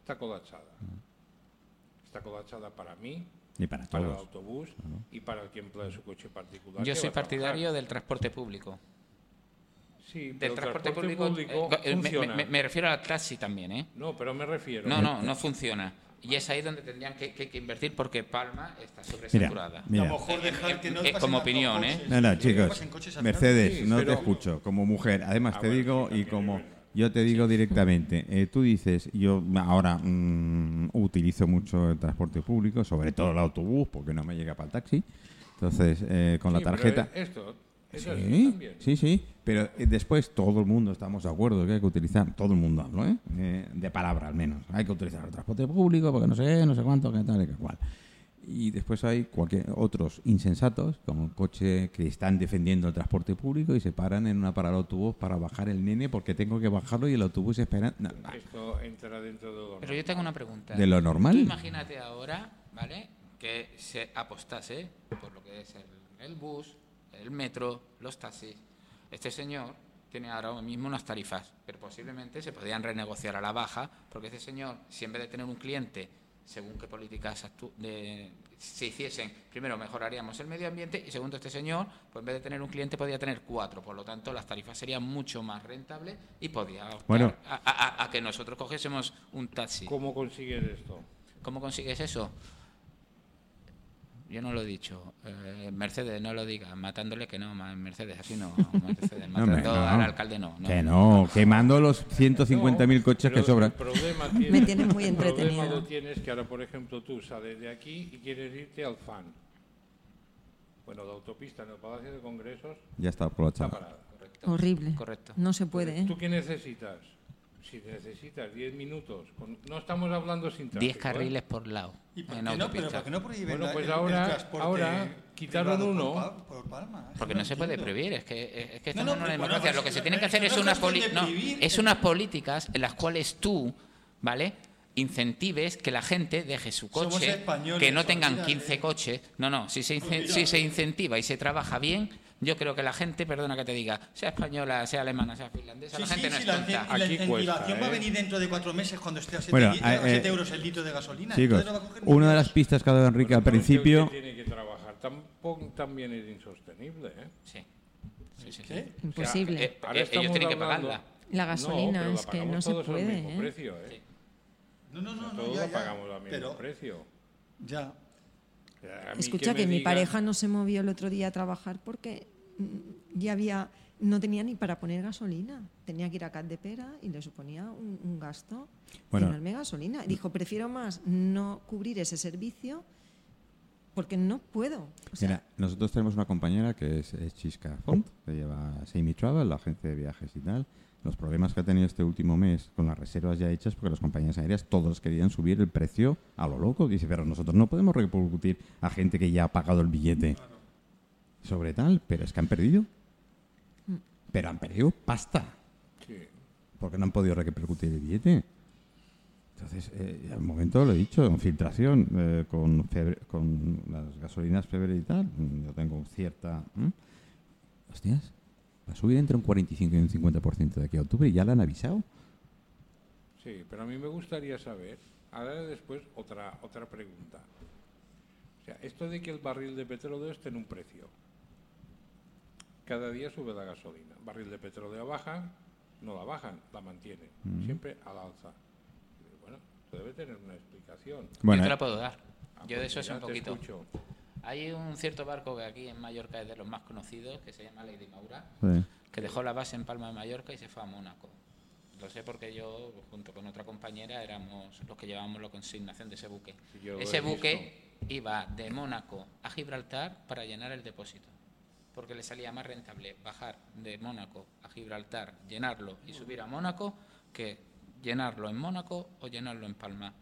S2: está colapsada. Está colapsada para mí,
S1: Y para
S2: para el
S1: todos.
S2: autobús y para quien emplea su coche particular.
S3: Yo
S2: que
S3: soy
S2: va a trabajar.
S3: partidario del transporte público.
S2: Sí,
S3: Del
S2: pero el
S3: transporte, público, eh, eh, me-
S2: funciona.
S3: me, me refiero al taxi también, ¿eh?
S2: No, pero me refiero.
S3: No, no, no funciona. Y es ahí donde tendrían que, que- que invertir porque Palma está sobresaturada.
S1: Mira, mira.
S5: A lo mejor dejar que no
S3: Eh, eh,
S5: pasen
S3: como
S5: tantos
S3: opinión,
S5: coches.
S3: ¿eh?
S1: No,
S5: Que
S1: no,
S5: no
S1: chicos.
S5: pasen coches al final.
S1: Mercedes,
S2: Sí,
S1: no te
S2: pero-
S1: escucho. Como mujer, además
S2: Ah,
S1: te
S2: bueno,
S1: digo
S2: sí,
S1: y
S2: también
S1: como
S2: es verdad.
S1: yo te digo directamente, eh, tú dices, yo ahora mm, utilizo mucho el transporte público, sobre todo el autobús, porque no me llega para el taxi. Entonces, eh, con la
S2: Sí, pero
S1: tarjeta.
S2: es- Esto, eso es
S1: Sí,
S2: también.
S1: sí, sí. Pero eh, después todo el mundo estamos de acuerdo que hay que utilizar, todo el mundo hablo, ¿eh? Eh, de palabra al menos. Hay que utilizar el transporte público porque no sé, no sé cuánto, qué tal y qué cual. Y después hay cualquier, otros insensatos, como el coche que están defendiendo el transporte público y se paran en una parada de autobús para bajar el nene porque tengo que bajarlo y el autobús espera. no, no.
S2: Esto entra dentro de lo
S3: Pero yo tengo una pregunta.
S1: ¿De lo normal?
S3: Tú imagínate ahora, ¿vale? Que se apostase por lo que es el, el bus, el metro, los taxis. Este señor tiene ahora mismo unas tarifas, pero posiblemente se podrían renegociar a la baja, porque este señor, si en vez de tener un cliente, según qué políticas actu- de- se hiciesen, primero mejoraríamos el medio ambiente y segundo este señor, pues en vez de tener un cliente podría tener cuatro, por lo tanto las tarifas serían mucho más rentables y podría optar
S1: Bueno.
S3: a, a- a- a que nosotros cogiésemos un taxi.
S2: ¿Cómo consigues esto?
S3: ¿Cómo consigues eso? Yo no lo he dicho. Eh, Mercedes, no lo diga. Matándole que no, ma- Mercedes, así no. Mercedes,
S1: No, hombre,
S3: matando
S1: no.
S3: al alcalde no. no.
S1: que no, quemando los 150.000
S2: No,
S1: coches que
S2: pero
S1: sobran.
S2: El problema tiene-
S4: Me tienes muy
S2: el problema
S4: entretenida.
S2: lo tienes que ahora, por ejemplo, tú sales de aquí y quieres irte al FAN. Bueno, la autopista en el Palacio de Congresos
S1: Ya está, por la
S2: está
S1: chapa.
S2: parada.
S4: Horrible.
S3: Correcto.
S4: No se puede, ¿eh?
S2: ¿Tú qué necesitas? Si necesitas 10 minutos, con- no estamos hablando sin tráfico.
S3: Diez
S2: ¿eh?
S3: carriles por lado.
S5: ¿Y por qué
S3: en
S5: no?
S3: autopista.
S5: ¿Pero por qué no prohíben
S2: Bueno,
S5: la-
S2: pues
S5: el- el
S2: ahora-
S5: transporte
S2: ahora quitaron
S5: privado
S2: uno.
S5: Por, Pa- por Palma. Eso
S3: Porque
S5: no
S3: no se puede
S5: entiendo.
S3: prohibir, es que, es que
S5: No,
S3: estamos
S5: no,
S3: en una
S5: pero bueno,
S3: democracia.
S5: pero
S3: Lo que
S5: es
S3: se
S5: que
S3: tienen que
S5: no
S3: hacer
S5: es
S3: es unas,
S5: cuestión
S3: poli-
S5: de
S3: no,
S5: prohibir.
S3: es unas políticas en las cuales tú, ¿vale? Incentives que la gente deje su
S5: Somos
S3: coche,
S5: españoles, ¿eh?
S3: que no tengan
S5: olvídate.
S3: 15 coches. No, no, si se, incen- si se incentiva y se trabaja bien, yo creo que la gente, perdona que te diga, sea española, sea alemana, sea finlandesa,
S5: Sí,
S3: la
S5: sí,
S3: gente no
S5: sí,
S3: es
S5: la,
S3: tonta.
S5: incen- y la
S2: Aquí
S5: incentivación
S2: cuesta,
S5: va a
S2: ¿eh?
S5: venir dentro de cuatro meses cuando esté a 7
S1: Bueno, eh, eh,
S5: euros el litro de gasolina.
S1: Chicos,
S5: Entonces no va a coger ni
S1: una de
S5: Dios.
S1: las pistas que ha dado Enrique al
S2: Pero es que
S1: principio.
S2: usted tiene que trabajar. Tampoco, también es insostenible. ¿eh?
S3: Sí. Sí, sí, sí.
S5: ¿Qué?
S4: Imposible.
S3: Eh,
S2: Ahora
S3: eh,
S2: estamos
S3: ellos tienen que
S2: hablando-
S3: pagarla.
S4: La
S2: No,
S4: gasolina
S2: pero la
S4: es que
S2: pagamos
S4: no se
S2: todos al
S4: puede,
S2: mismo
S4: ¿eh?
S2: precio, ¿eh?
S5: No, no, no, no
S2: Todos
S5: ya,
S2: la
S5: ya.
S2: pagamos al mismo
S5: Pero,
S2: precio.
S5: ya.
S2: A mí
S4: Escucha, que,
S2: me
S4: mi
S2: digan-
S4: pareja no se movió el otro día a trabajar porque mm, ya había, no tenía ni para poner gasolina. Tenía que ir a Cat de Pera y le suponía un, un gasto
S1: Bueno.
S4: llenarme de gasolina. Y dijo, prefiero más no cubrir ese servicio porque no puedo. O sea,
S1: Mira, nosotros tenemos una compañera que es, es Chisca Font, que lleva Semi Travel, la agencia de viajes y tal. Los problemas que ha tenido este último mes con las reservas ya hechas, porque las compañías aéreas todos querían subir el precio a lo loco. Dice, pero nosotros no podemos repercutir a gente que ya ha pagado el billete sobre tal, pero es que han perdido. Pero han perdido pasta
S2: Sí.
S1: porque no han podido repercutir el billete. Entonces, eh, al momento lo he dicho, en filtración, eh, con, febre- con las gasolinas febre y tal, mm, yo tengo cierta... ¿m? Hostias, va a subir entre un 45 y un 50% de aquí a octubre, y ya la han avisado.
S2: Sí, pero a mí me gustaría saber, ahora después otra, otra pregunta. O sea, esto de que el barril de petróleo esté en un precio. Cada día sube la gasolina. Barril de petróleo baja, no la bajan, la mantienen. Siempre al alza. Bueno, esto debe tener una explicación.
S1: eh.
S3: Yo te la puedo dar.
S2: Ah,
S3: Yo de
S2: pues
S3: eso sé
S2: mira,
S3: un
S2: te
S3: poquito.
S2: escucho.
S3: Hay un cierto barco que aquí en Mallorca es de los más conocidos, que se llama Lady Maura,
S1: Sí.
S3: que dejó la base en Palma de Mallorca y se fue a Mónaco. Lo sé porque yo, junto con otra compañera, éramos los que llevábamos la consignación de ese buque.
S2: Yo lo
S3: ese
S2: he
S3: buque iba de Mónaco a Gibraltar para llenar el depósito, porque le salía más rentable bajar de Mónaco a Gibraltar, llenarlo y subir a Mónaco que llenarlo en Mónaco o llenarlo en Palma.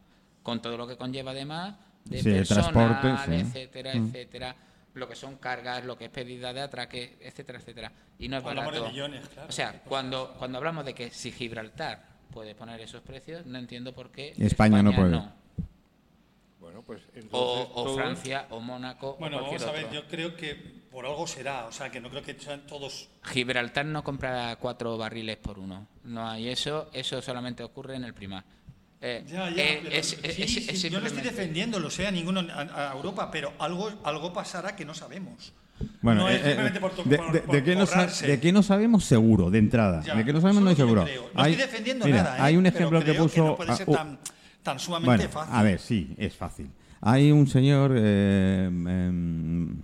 S3: Con todo lo que conlleva además de
S1: Sí, el
S3: personal,
S1: transporte, sí.
S3: etcétera,
S1: Mm.
S3: etcétera, lo que son cargas, lo que es pedida de atraque, etcétera, etcétera. Y no es
S5: Hablamos de
S3: barato.
S5: millones, claro.
S3: O sea, cuando, cuando hablamos de que si Gibraltar puede poner esos precios, no entiendo por qué
S1: España no puede.
S2: Bueno, pues entonces
S3: O, o
S2: todos-
S3: Francia, o Mónaco,
S5: Bueno,
S3: o cualquier
S5: vamos a ver,
S3: otro.
S5: yo creo que por algo será, o sea, que no creo que sean todos
S3: Gibraltar no compra cuatro barriles por uno. No hay eso, eso solamente ocurre en el primar. Eh,
S5: Ya, ya,
S3: eh,
S5: pero-
S3: es-
S5: sí,
S3: es-
S5: sí,
S3: es- es
S5: yo no estoy
S3: simplemente-
S5: defendiéndolo, sea ninguno a, a Europa, pero algo, algo pasará que no sabemos.
S1: Bueno,
S5: no
S1: eh,
S5: es
S1: eh,
S5: simplemente por, to-
S1: de,
S5: por-
S1: de-
S5: por
S1: de qué no sa-
S5: forrarse.
S1: de qué no sabemos seguro, de entrada.
S5: Ya,
S1: de qué no sabemos no hay
S5: solo yo
S1: seguro.
S5: creo. No estoy
S1: Hay-
S5: defendiendo
S1: mira,
S5: nada. ¿eh?
S1: Hay un
S5: pero
S1: ejemplo que
S5: creo
S1: puso.
S5: no puede
S1: ah,
S5: ser
S1: u-
S5: tan, tan sumamente
S1: bueno,
S5: fácil.
S1: a ver, sí, es fácil. Hay un señor, eh, em,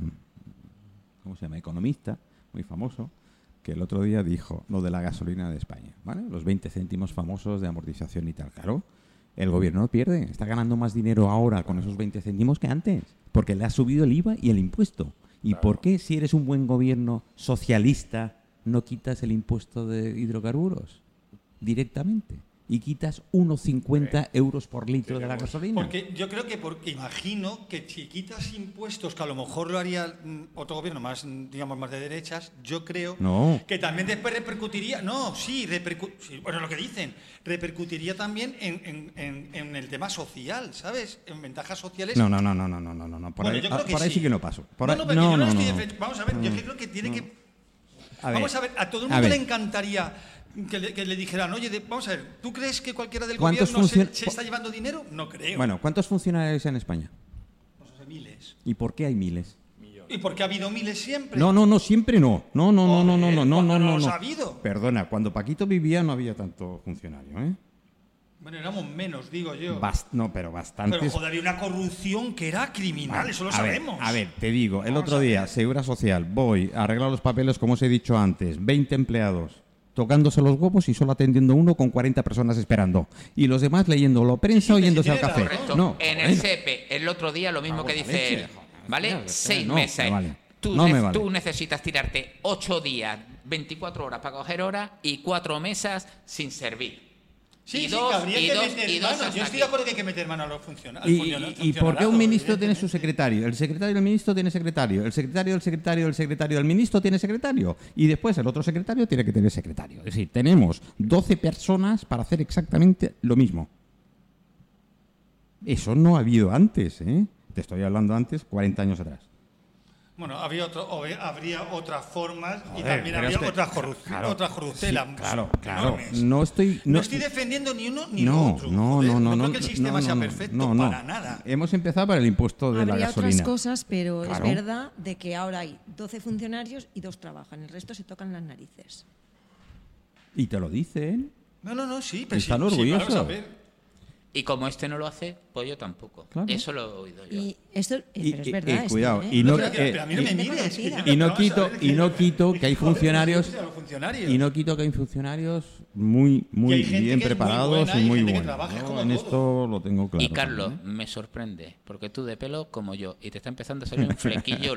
S1: ¿cómo se llama? Economista, muy famoso, que el otro día dijo lo de la gasolina de España, ¿vale? Los 20 céntimos famosos de amortización y tal. Claro, el gobierno no pierde, está ganando más dinero ahora con esos 20 céntimos que antes, porque le ha subido el IVA y el impuesto. ¿Y por qué si eres un buen gobierno socialista no quitas el impuesto de hidrocarburos directamente? Y quitas 1,50 euros por litro de la gasolina.
S5: Porque yo creo que, porque imagino que si quitas impuestos, que a lo mejor lo haría mm, otro gobierno más, mm, digamos, más de derechas, yo creo
S1: No.
S5: que también después repercutiría, no, sí, repercu- sí, bueno, lo que dicen, repercutiría también en, en- en- en el tema social, ¿sabes? En ventajas sociales.
S1: No, no, no, no, no, no, no, no, no. Por
S5: Bueno,
S1: ahí,
S5: yo creo
S1: ah, por ahí sí. que no paso. Por
S5: no,
S1: ahí-
S5: no, pero
S1: no,
S5: yo
S1: no,
S5: no estoy
S1: no, no.
S5: defen- Vamos a ver, yo es que creo que tiene que
S1: A ver,
S5: Vamos a ver, a todo el
S1: a
S5: mundo le
S1: ver.
S5: encantaría que le, que le dijeran, oye, de- vamos a ver, ¿tú crees que cualquiera del gobierno
S1: ¿Cuántos
S5: se,
S1: funcion-
S5: se está llevando dinero? No creo.
S1: Bueno, ¿cuántos funcionarios hay en España?
S5: Pues, o sea, miles.
S1: ¿Y por qué hay miles?
S5: ¿Y por qué ha habido miles siempre?
S1: No, no, no, siempre no. No, no, no, no, no, no, no,
S5: Joder,
S1: no,
S5: cuando
S1: no.
S5: los
S1: no.
S5: ha habido.
S1: Perdona, cuando Paquito vivía no había tanto funcionario, ¿eh?
S5: Bueno, éramos menos, digo yo.
S1: Bast- no, pero bastantes.
S5: Pero joder, había una corrupción que era criminal,
S1: Vale,
S5: eso lo
S1: a
S5: sabemos.
S1: Ver, a ver, te digo, el
S5: Vamos
S1: otro
S5: a ver.
S1: día, Segura Social, voy, arreglar los papeles, como os he dicho antes, 20 empleados tocándose los huevos y solo atendiendo uno con 40 personas esperando. Y los demás leyendo la prensa o
S5: sí,
S1: yéndose
S5: sí,
S1: al
S5: tienes
S1: café.
S5: la
S3: Correcto.
S1: No, Ah,
S3: en
S1: joder.
S3: el CEPE, E. el otro día lo mismo
S1: Vamos
S3: que
S1: a
S3: dice
S1: leche,
S3: él.
S1: joder,
S3: ¿Vale?
S1: joder,
S3: Seis
S1: no,
S3: meses.
S1: me vale.
S3: Tú,
S1: No me
S3: nec-
S1: vale.
S3: tú necesitas tirarte ocho días, 24 horas para coger horas y cuatro mesas sin servir.
S5: Sí,
S3: y
S5: sí,
S3: dos-
S5: que habría
S3: y
S5: que
S3: dos- y
S5: meter
S3: dos
S5: mano.
S3: hasta
S5: Yo estoy de
S3: aquí.
S5: acuerdo que hay que meter mano a los funcionarios.
S1: ¿Y, y- y por qué un ministro tiene su secretario? El secretario del ministro tiene secretario. El secretario del secretario del secretario del ministro tiene secretario. Y después el otro secretario tiene que tener secretario. Es decir, tenemos 12 personas para hacer exactamente lo mismo. Eso no ha habido antes, ¿eh? Te estoy hablando antes, 40 años atrás.
S5: Bueno, había otro, o- habría otras formas y
S1: Joder,
S5: también
S1: pero
S5: habría
S1: es que-
S5: otras corrupciones.
S1: claro,
S5: otras corruptelas
S1: sí, claro, claro.
S5: pues, enormes.
S1: No estoy-
S5: No,
S1: no-
S5: estoy defendiendo ni uno ni
S1: No,
S5: otro.
S1: no,
S5: joder.
S1: no, no,
S5: creo
S1: no.
S5: que el sistema
S1: no,
S5: sea
S1: no,
S5: perfecto
S1: no, no. Eh,
S5: para nada.
S1: Hemos empezado por el impuesto de la
S4: Habría
S1: gasolina.
S4: otras cosas, pero
S1: Claro.
S4: es verdad de que ahora hay 12 funcionarios y dos trabajan, el resto se tocan las narices.
S1: Y te lo dicen.
S5: No, no, no, sí, pero sí,
S1: Están
S5: sí,
S1: orgullosos.
S5: vamos a ver.
S3: Y como este no lo hace, pues yo tampoco.
S1: Claro.
S3: Eso lo he oído yo.
S4: Y esto eh,
S1: Y-
S4: pero
S1: y-
S4: es verdad.
S1: y
S4: esto,
S1: cuidado,
S4: ¿eh?
S1: y no-
S5: pero,
S1: eh,
S5: pero a mí no
S1: y-
S5: me mires.
S4: y no
S5: que yo-
S1: no
S5: vamos a ver,
S1: quito-
S5: es
S1: y
S5: que-
S1: no quito que hay
S5: Joder,
S1: funcionarios-
S5: sí, a los funcionarios.
S1: Y no quito que hay funcionarios muy, muy
S5: Y hay gente
S1: bien
S5: que es muy
S1: preparados
S5: buena, hay
S1: y muy
S5: gente que
S1: buenos.
S5: trabaja, es
S1: ¿no?
S5: como
S1: En
S5: todo.
S1: esto lo tengo claro.
S3: Y Carlos,
S1: también, ¿eh?
S3: me sorprende, porque tú de pelo como yo, y te está empezando a salir un flequillo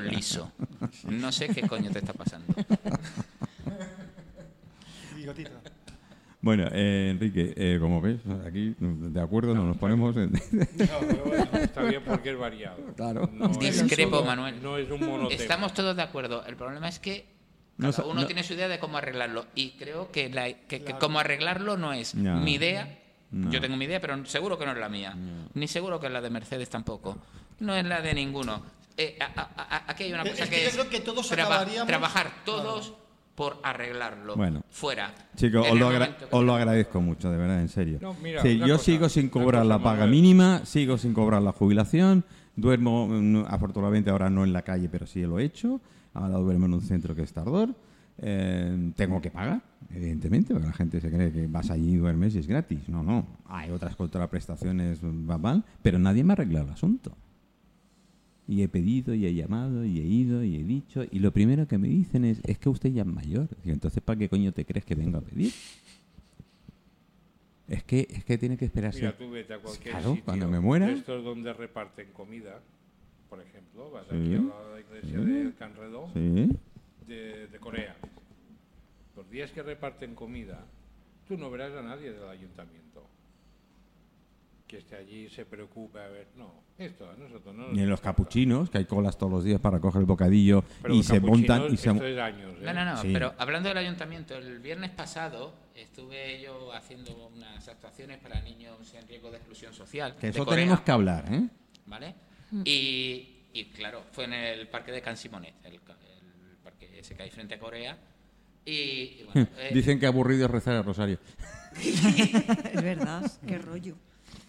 S3: liso. No sé qué coño te está pasando.
S5: Bigotito.
S1: Bueno, eh, Enrique, eh, como ves, aquí de acuerdo no nos ponemos. en-
S2: No, pero bueno, está bien porque es variado.
S1: Claro.
S2: es
S3: Discrepo,
S2: solo-
S3: Manuel.
S2: No es un monotema.
S3: Estamos todos de acuerdo. El problema es que
S1: No
S3: cada
S1: sa-
S3: uno
S1: no-
S3: tiene su idea de cómo arreglarlo. Y creo que, la, que- que cómo arreglarlo no es
S1: No.
S3: mi idea.
S1: No.
S3: Yo tengo mi idea, pero seguro que no es la mía. Ni seguro que es la de Mercedes tampoco. No es la de ninguno. Eh, a- a- a- aquí hay una
S5: Es
S3: cosa
S5: que
S3: que,
S5: yo
S3: es
S5: creo que todos
S3: traba-
S5: acabaríamos-
S3: trabajar todos por arreglarlo.
S1: Bueno.
S3: Fuera.
S1: Chicos, os
S3: En el
S1: lo, agra-
S3: momento que-
S1: os lo agradezco mucho, de verdad, en serio.
S2: No, mira,
S1: Sí,
S2: una
S1: yo
S2: cosa,
S1: sigo sin
S2: una
S1: cobrar
S2: cosa,
S1: la paga
S2: Manuel.
S1: mínima, sigo sin cobrar la jubilación, duermo, mm, afortunadamente ahora no en la calle, pero sí lo he hecho, ahora duermo en un centro que es Tardor, Eh, tengo que pagar, evidentemente, porque la gente se cree que vas allí y duermes y es gratis. No, no, mm, hay otras contraprestaciones, va mal, pero nadie me arregla el asunto. Y he pedido, y he llamado, y he ido, y he dicho. Y lo primero que me dicen es, es que usted ya es mayor. Digo, entonces, ¿para qué coño te crees que vengo a pedir? Es que, es que tiene que esperarse.
S2: Mira, tú vete a cualquier
S1: Claro,
S2: sitio
S1: cuando me muera.
S2: de Estos donde reparten comida, por ejemplo, vas
S1: Sí.
S2: aquí al lado de la iglesia
S1: Sí.
S2: del Canredón,
S1: Sí.
S2: de, de Corea. Los días que reparten comida, tú no verás a nadie del ayuntamiento que esté allí se preocupe a ver. No, esto a nosotros no nos
S1: Ni en los
S2: importa.
S1: capuchinos, que hay colas todos los días para coger el bocadillo
S2: Pero
S1: y
S2: los
S1: se montan y
S2: capuchinos,
S1: se...
S2: esto es años,
S3: No,
S2: ¿eh?
S3: no, no,
S1: Sí.
S3: pero hablando del ayuntamiento, el viernes pasado estuve yo haciendo unas actuaciones para niños en riesgo de exclusión social.
S1: Que
S3: de
S1: eso
S3: Corea,
S1: tenemos que hablar, ¿eh?
S3: ¿Vale?
S1: Mm.
S3: Y, y, claro, fue en el parque de Cansimonet, el, ca- el parque ese que hay frente a Corea. Y, y bueno, eh,
S1: Hmm, Dicen que aburrido es rezar el rosario.
S4: Es verdad, qué rollo.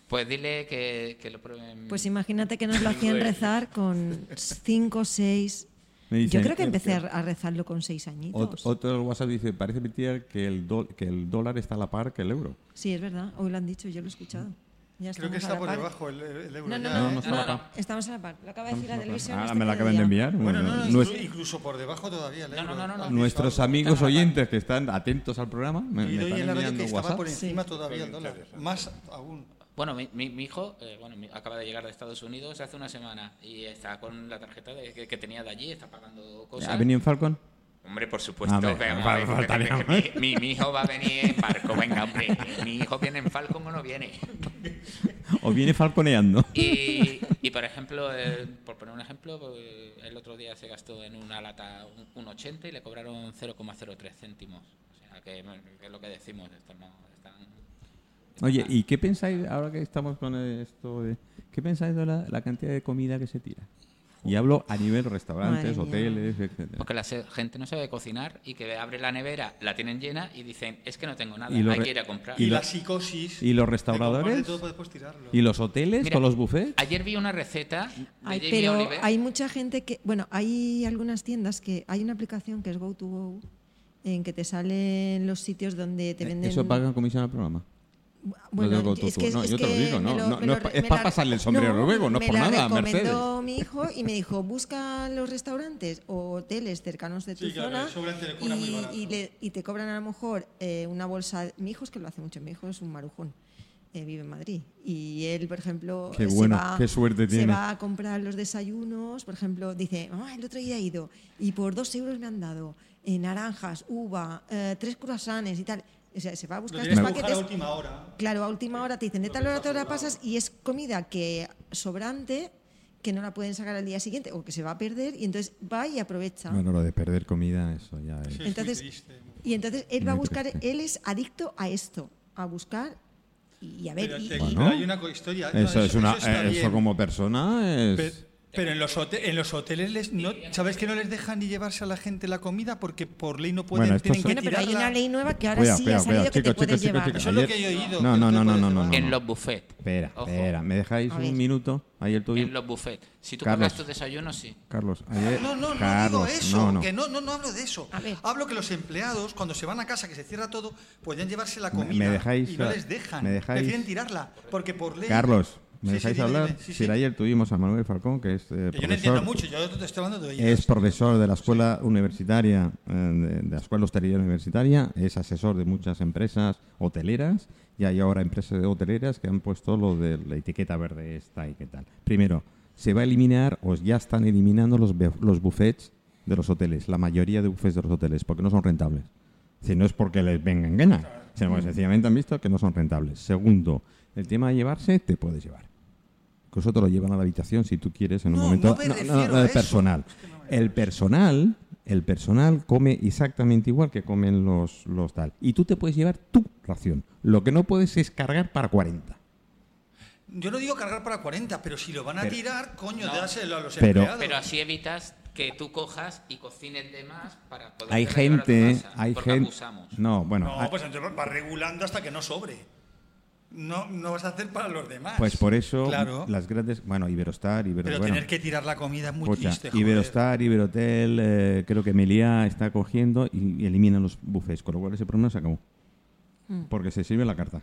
S3: pues dile que, que lo prueben.
S4: Pues imagínate que nos lo hacían rezar con 5, 6.
S1: Me dicen,
S4: Yo creo que
S1: eh,
S4: empecé a
S1: eh,
S4: a rezarlo con 6
S1: Ot-
S4: añitos.
S1: Otro del WhatsApp dice, parece mentira que el, dol- que el dólar está a la par que el euro.
S4: Sí, es verdad, hoy lo han dicho, yo lo he escuchado. Ya
S5: Creo que
S4: estamos a
S5: está
S4: la
S5: por
S4: par.
S5: debajo el, el euro.
S4: No, no,
S5: ya,
S4: no,
S5: ¿eh?
S1: no está a la
S3: no,
S1: par.
S4: Estamos a la par. Lo acaba de decir la televisión.
S1: Ahora
S4: este
S1: Ah, me la acaban de
S4: mediodía.
S1: enviar.
S5: Bueno, no, no,
S1: Nues-
S5: inclu- incluso por debajo todavía el
S3: No,
S5: euro.
S3: no, no, no, no.
S5: ¿Has visto
S1: nuestros
S5: algo?
S1: amigos
S3: Está a la par.
S1: oyentes que están atentos al programa me,
S5: Y
S1: me
S5: doy
S1: están
S5: en la radio
S1: enviando
S5: que estaba por
S1: WhatsApp.
S5: encima
S4: Sí.
S5: todavía el dólar.
S2: Interesante.
S5: Más aún.
S3: Bueno, mi, mi- mi hijo eh, bueno, mi- acaba de llegar de Estados Unidos hace una semana y está con la tarjeta de- que, que tenía de allí, está pagando cosas.
S1: ¿Ha venido en Falcon?
S3: Hombre, por supuesto.
S1: A ver,
S3: que-
S1: fal-
S3: que-
S1: faltaría
S3: que- que- mi, mi hijo va a venir en barco, venga, hombre. Mi hijo viene en Falcon o no viene.
S1: ¿O viene falconeando?
S3: Y, y, por ejemplo, eh, por poner un ejemplo, eh, el otro día se gastó en una lata un, un 80 y le cobraron 0,03 céntimos. O sea, que, que es lo que decimos. Esto no, están,
S1: Oye, ¿y qué pensáis, ahora que estamos con esto de... ¿Qué pensáis de la, la cantidad de comida que se tira? Y hablo a nivel restaurantes,
S4: Madre mía.
S1: hoteles, etcétera.
S3: Porque la se- gente no sabe cocinar y que abre la nevera, la tienen llena y dicen, es que no tengo nada,
S1: Y lo
S3: hay
S1: re-
S3: que ir a comprar.
S5: Y,
S1: lo-
S5: la psicosis.
S1: ¿Y los
S5: de comprar de
S1: restauradores?
S5: todo para después tirarlo.
S1: ¿Y los hoteles
S3: Mira,
S1: con los buffets?
S3: Ayer vi una receta de
S4: Ay,
S3: Jamie
S4: pero
S3: Oliver.
S4: hay mucha gente que, bueno, hay algunas tiendas que hay una aplicación que es Go to Go en que te salen los sitios donde te
S1: Eh,
S4: venden.
S1: Eso pagan comisión al programa.
S4: Bueno,
S1: No tengo
S4: es
S1: tú,
S4: que,
S1: no,
S4: es
S1: yo te lo
S4: que
S1: digo,
S4: me
S1: no, no,
S4: me
S1: no es pa-
S4: re-
S1: es
S4: me
S1: pa
S4: la-
S1: pasarle el sombrero luego, no
S4: me
S1: por
S4: la
S1: nada,
S4: recomendó mi hijo y me dijo, busca los restaurantes o hoteles cercanos de tu
S5: Sí, claro,
S4: zona
S5: el sobrante le
S4: y,
S5: cobra muy barato.
S4: y le- y te cobran a lo mejor eh, una bolsa. Mi hijo es que lo hace mucho, mi hijo es un marujón. eh, vive en Madrid y él, por ejemplo,
S1: Qué
S4: se
S1: bueno,
S4: va-
S1: qué suerte
S4: se
S1: tiene.
S4: va a comprar los desayunos, por ejemplo, dice, mamá, el otro día he ido y por dos euros me han dado eh, naranjas, uva, eh, tres croissants y tal. O sea, se va a
S5: Lo
S4: buscar
S5: tienes
S4: estos
S5: que buscar a
S4: paquetes.
S5: última hora.
S4: Claro, a última hora te dicen, de tal hora a tal hora pasas y es comida que sobrante que no la pueden sacar al día siguiente o que se va a perder y entonces va y aprovecha.
S1: Bueno, lo de perder comida, eso ya es.
S5: Sí, es muy
S4: entonces,
S5: triste.
S4: y entonces él va a
S1: Muy
S4: buscar,
S1: triste.
S4: él es adicto a esto, a buscar y a ver.
S5: Pero,
S4: y-
S5: te-
S1: Bueno.
S5: pero hay una co- historia. no,
S1: Eso es una,
S5: está
S1: eh, eso
S5: bien.
S1: como persona
S5: Pe-
S1: es.
S5: Pero en los, hote- en los hoteles, les no, ¿sabes que no les dejan ni llevarse a la gente la comida? Porque por ley no pueden,
S1: Bueno, esto
S5: tienen
S1: es-
S5: que
S4: bueno, pero hay
S5: tirarla.
S4: una ley nueva que ahora
S1: Cuidado,
S4: sí
S1: cuidado,
S4: ha salido
S1: cuidado.
S4: que
S1: Chicos,
S4: te puedes
S1: chicos,
S4: llevar.
S1: chicos,
S5: Eso es lo
S1: Ayer-
S5: que yo he oído.
S1: No,
S5: que
S1: no, no, no,
S5: te puedes
S1: no, no,
S5: llevar.
S1: no,
S3: en
S1: no.
S3: los buffets.
S1: Espera,
S3: Ojo,
S1: espera, ¿me dejáis
S4: A
S1: un
S4: ver.
S1: minuto? Ahí el tuyo.
S3: En los buffets. Si tú
S1: Carlos.
S3: pagas tus desayunos, sí.
S1: Carlos, ayer.
S5: Ah, Eh, No, no, no
S1: Carlos,
S5: digo eso,
S1: no, no.
S5: que no, no, no hablo de eso.
S4: A ver.
S5: Hablo que los empleados, cuando se van a casa, que se cierra todo, podrían llevarse la
S1: Me- me
S5: comida
S1: dejáis,
S5: y no
S1: eh,
S5: les dejan.
S1: me dejáis-
S5: Prefieren tirarla, porque por ley...
S1: Carlos, ¿me
S5: Sí, sí,
S1: dejáis
S5: dime,
S1: hablar?
S5: dime, sí,
S1: Si
S5: sí.
S1: ayer tuvimos a Manuel Falcón, que es. eh,
S5: Que yo
S1: profesor,
S5: no entiendo mucho, yo te estoy hablando de ellos.
S1: Es profesor de la Escuela Universitaria, eh, de, de la Escuela Hostelería Universitaria, es asesor de muchas empresas hoteleras y hay ahora empresas hoteleras que han puesto lo de la etiqueta verde esta y qué tal. Primero, se va a eliminar o ya están eliminando los, buf- los buffets de los hoteles, la mayoría de buffets de los hoteles, porque no son rentables. Si no es porque les vengan gana, sino
S5: Mm.
S1: porque sencillamente han visto que no son rentables. Segundo, el tema de llevarse, te puedes llevar. Incluso te lo llevan a la habitación si tú quieres en un
S5: No,
S1: momento.
S5: no me refiero a
S1: el
S5: eso.
S1: personal. El personal, el personal come exactamente igual que comen los, los tal. Y tú te puedes llevar tu ración. Lo que no puedes es cargar para 40.
S5: Yo no digo cargar para 40, pero si lo van a
S1: Pero-
S5: tirar, coño,
S3: No.
S5: dáselo a los
S1: Pero-
S5: empleados.
S3: Pero así evitas que tú cojas y cocines de más para poder
S1: Hay
S3: llevar a tu
S1: gente,
S3: casa,
S1: hay
S3: porque
S1: gente.
S3: abusamos.
S1: No, bueno,
S5: No,
S1: ah,
S5: pues entonces vas regulando hasta que no sobre. No, no vas a hacer para los demás.
S1: pues por eso
S5: Claro.
S1: las grandes, bueno, Iberostar, Ibero,
S5: pero
S1: bueno,
S5: tener que tirar la comida es muy
S1: escucha,
S5: triste. joder.
S1: Iberostar, Iberotel, eh, creo que Meliá está cogiendo y, y elimina
S5: Mm.
S1: los buffets, con lo cual ese problema se acabó. Porque se sirve la carta.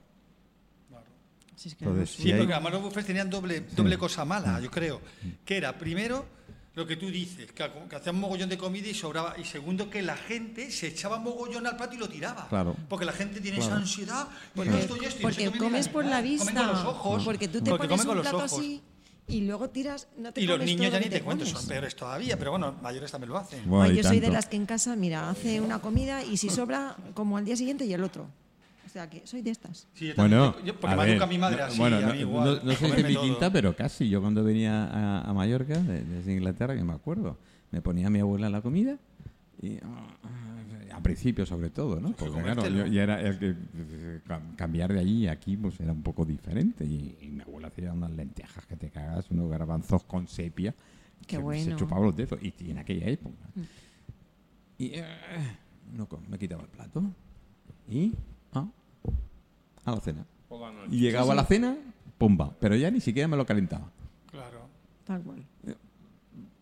S4: Si es que
S1: Entonces,
S4: éramos
S1: si
S5: Sí,
S1: hay- Mm.
S5: porque además los buffets tenían doble, doble cosa mala, yo creo. Que era, primero, lo que tú dices, que, ac- que hacían mogollón de comida y sobraba. Y segundo, que la gente se echaba mogollón al plato y lo tiraba.
S1: Claro.
S5: Porque la gente tiene
S1: Claro.
S5: esa ansiedad.
S4: Porque,
S5: Porque, esto y esto, y no
S4: porque
S5: se comen ni
S4: comes por la
S5: mitad,
S4: vista,
S5: Comen con los ojos.
S4: porque tú te
S5: porque
S4: pones
S5: comen con
S4: un
S5: los
S4: plato
S5: ojos.
S4: así y luego tiras, no te
S5: Y los
S4: comes
S5: niños
S4: todo
S5: ya
S4: lo
S5: ni
S4: que
S5: te cuento,
S4: comes.
S5: son peores todavía, pero bueno, mayores también lo hacen.
S1: Buah,
S4: Ay,
S1: y
S4: yo soy de
S1: tanto.
S4: las que en casa, mira, hace una comida y si sobra, como al día siguiente y el otro. O sea que soy de estas.
S5: Sí, yo también
S1: Bueno,
S5: te- yo- porque
S1: a
S5: me
S1: ver,
S5: educa mi madre
S1: no-
S5: así,
S1: bueno,
S5: a
S1: no,
S5: mí igual.
S1: no- no soy de
S5: comerme
S1: mi
S5: todo.
S1: quinta, pero casi. Yo cuando venía a, a Mallorca, de- desde Inglaterra, que me acuerdo, me ponía a mi abuela la comida y... ah, ah, Al principio, sobre todo, ¿no? Porque claro,
S5: comértelo.
S1: yo ya era el que eh, cam- cambiar de allí a aquí pues era un poco diferente. Y, y mi abuela hacía unas lentejas que te cagas, unos garbanzos con sepia.
S4: Qué
S1: que Se
S4: bueno. Mm.
S1: chupaba los dedos. Y, y en aquella época. Y eh, no, com- me quitaba el plato. Y ah, a la cena.
S2: por la noche.
S1: Y llegaba a la cena, pumba. Pero ya ni siquiera me lo calentaba.
S5: Claro.
S4: Tal cual.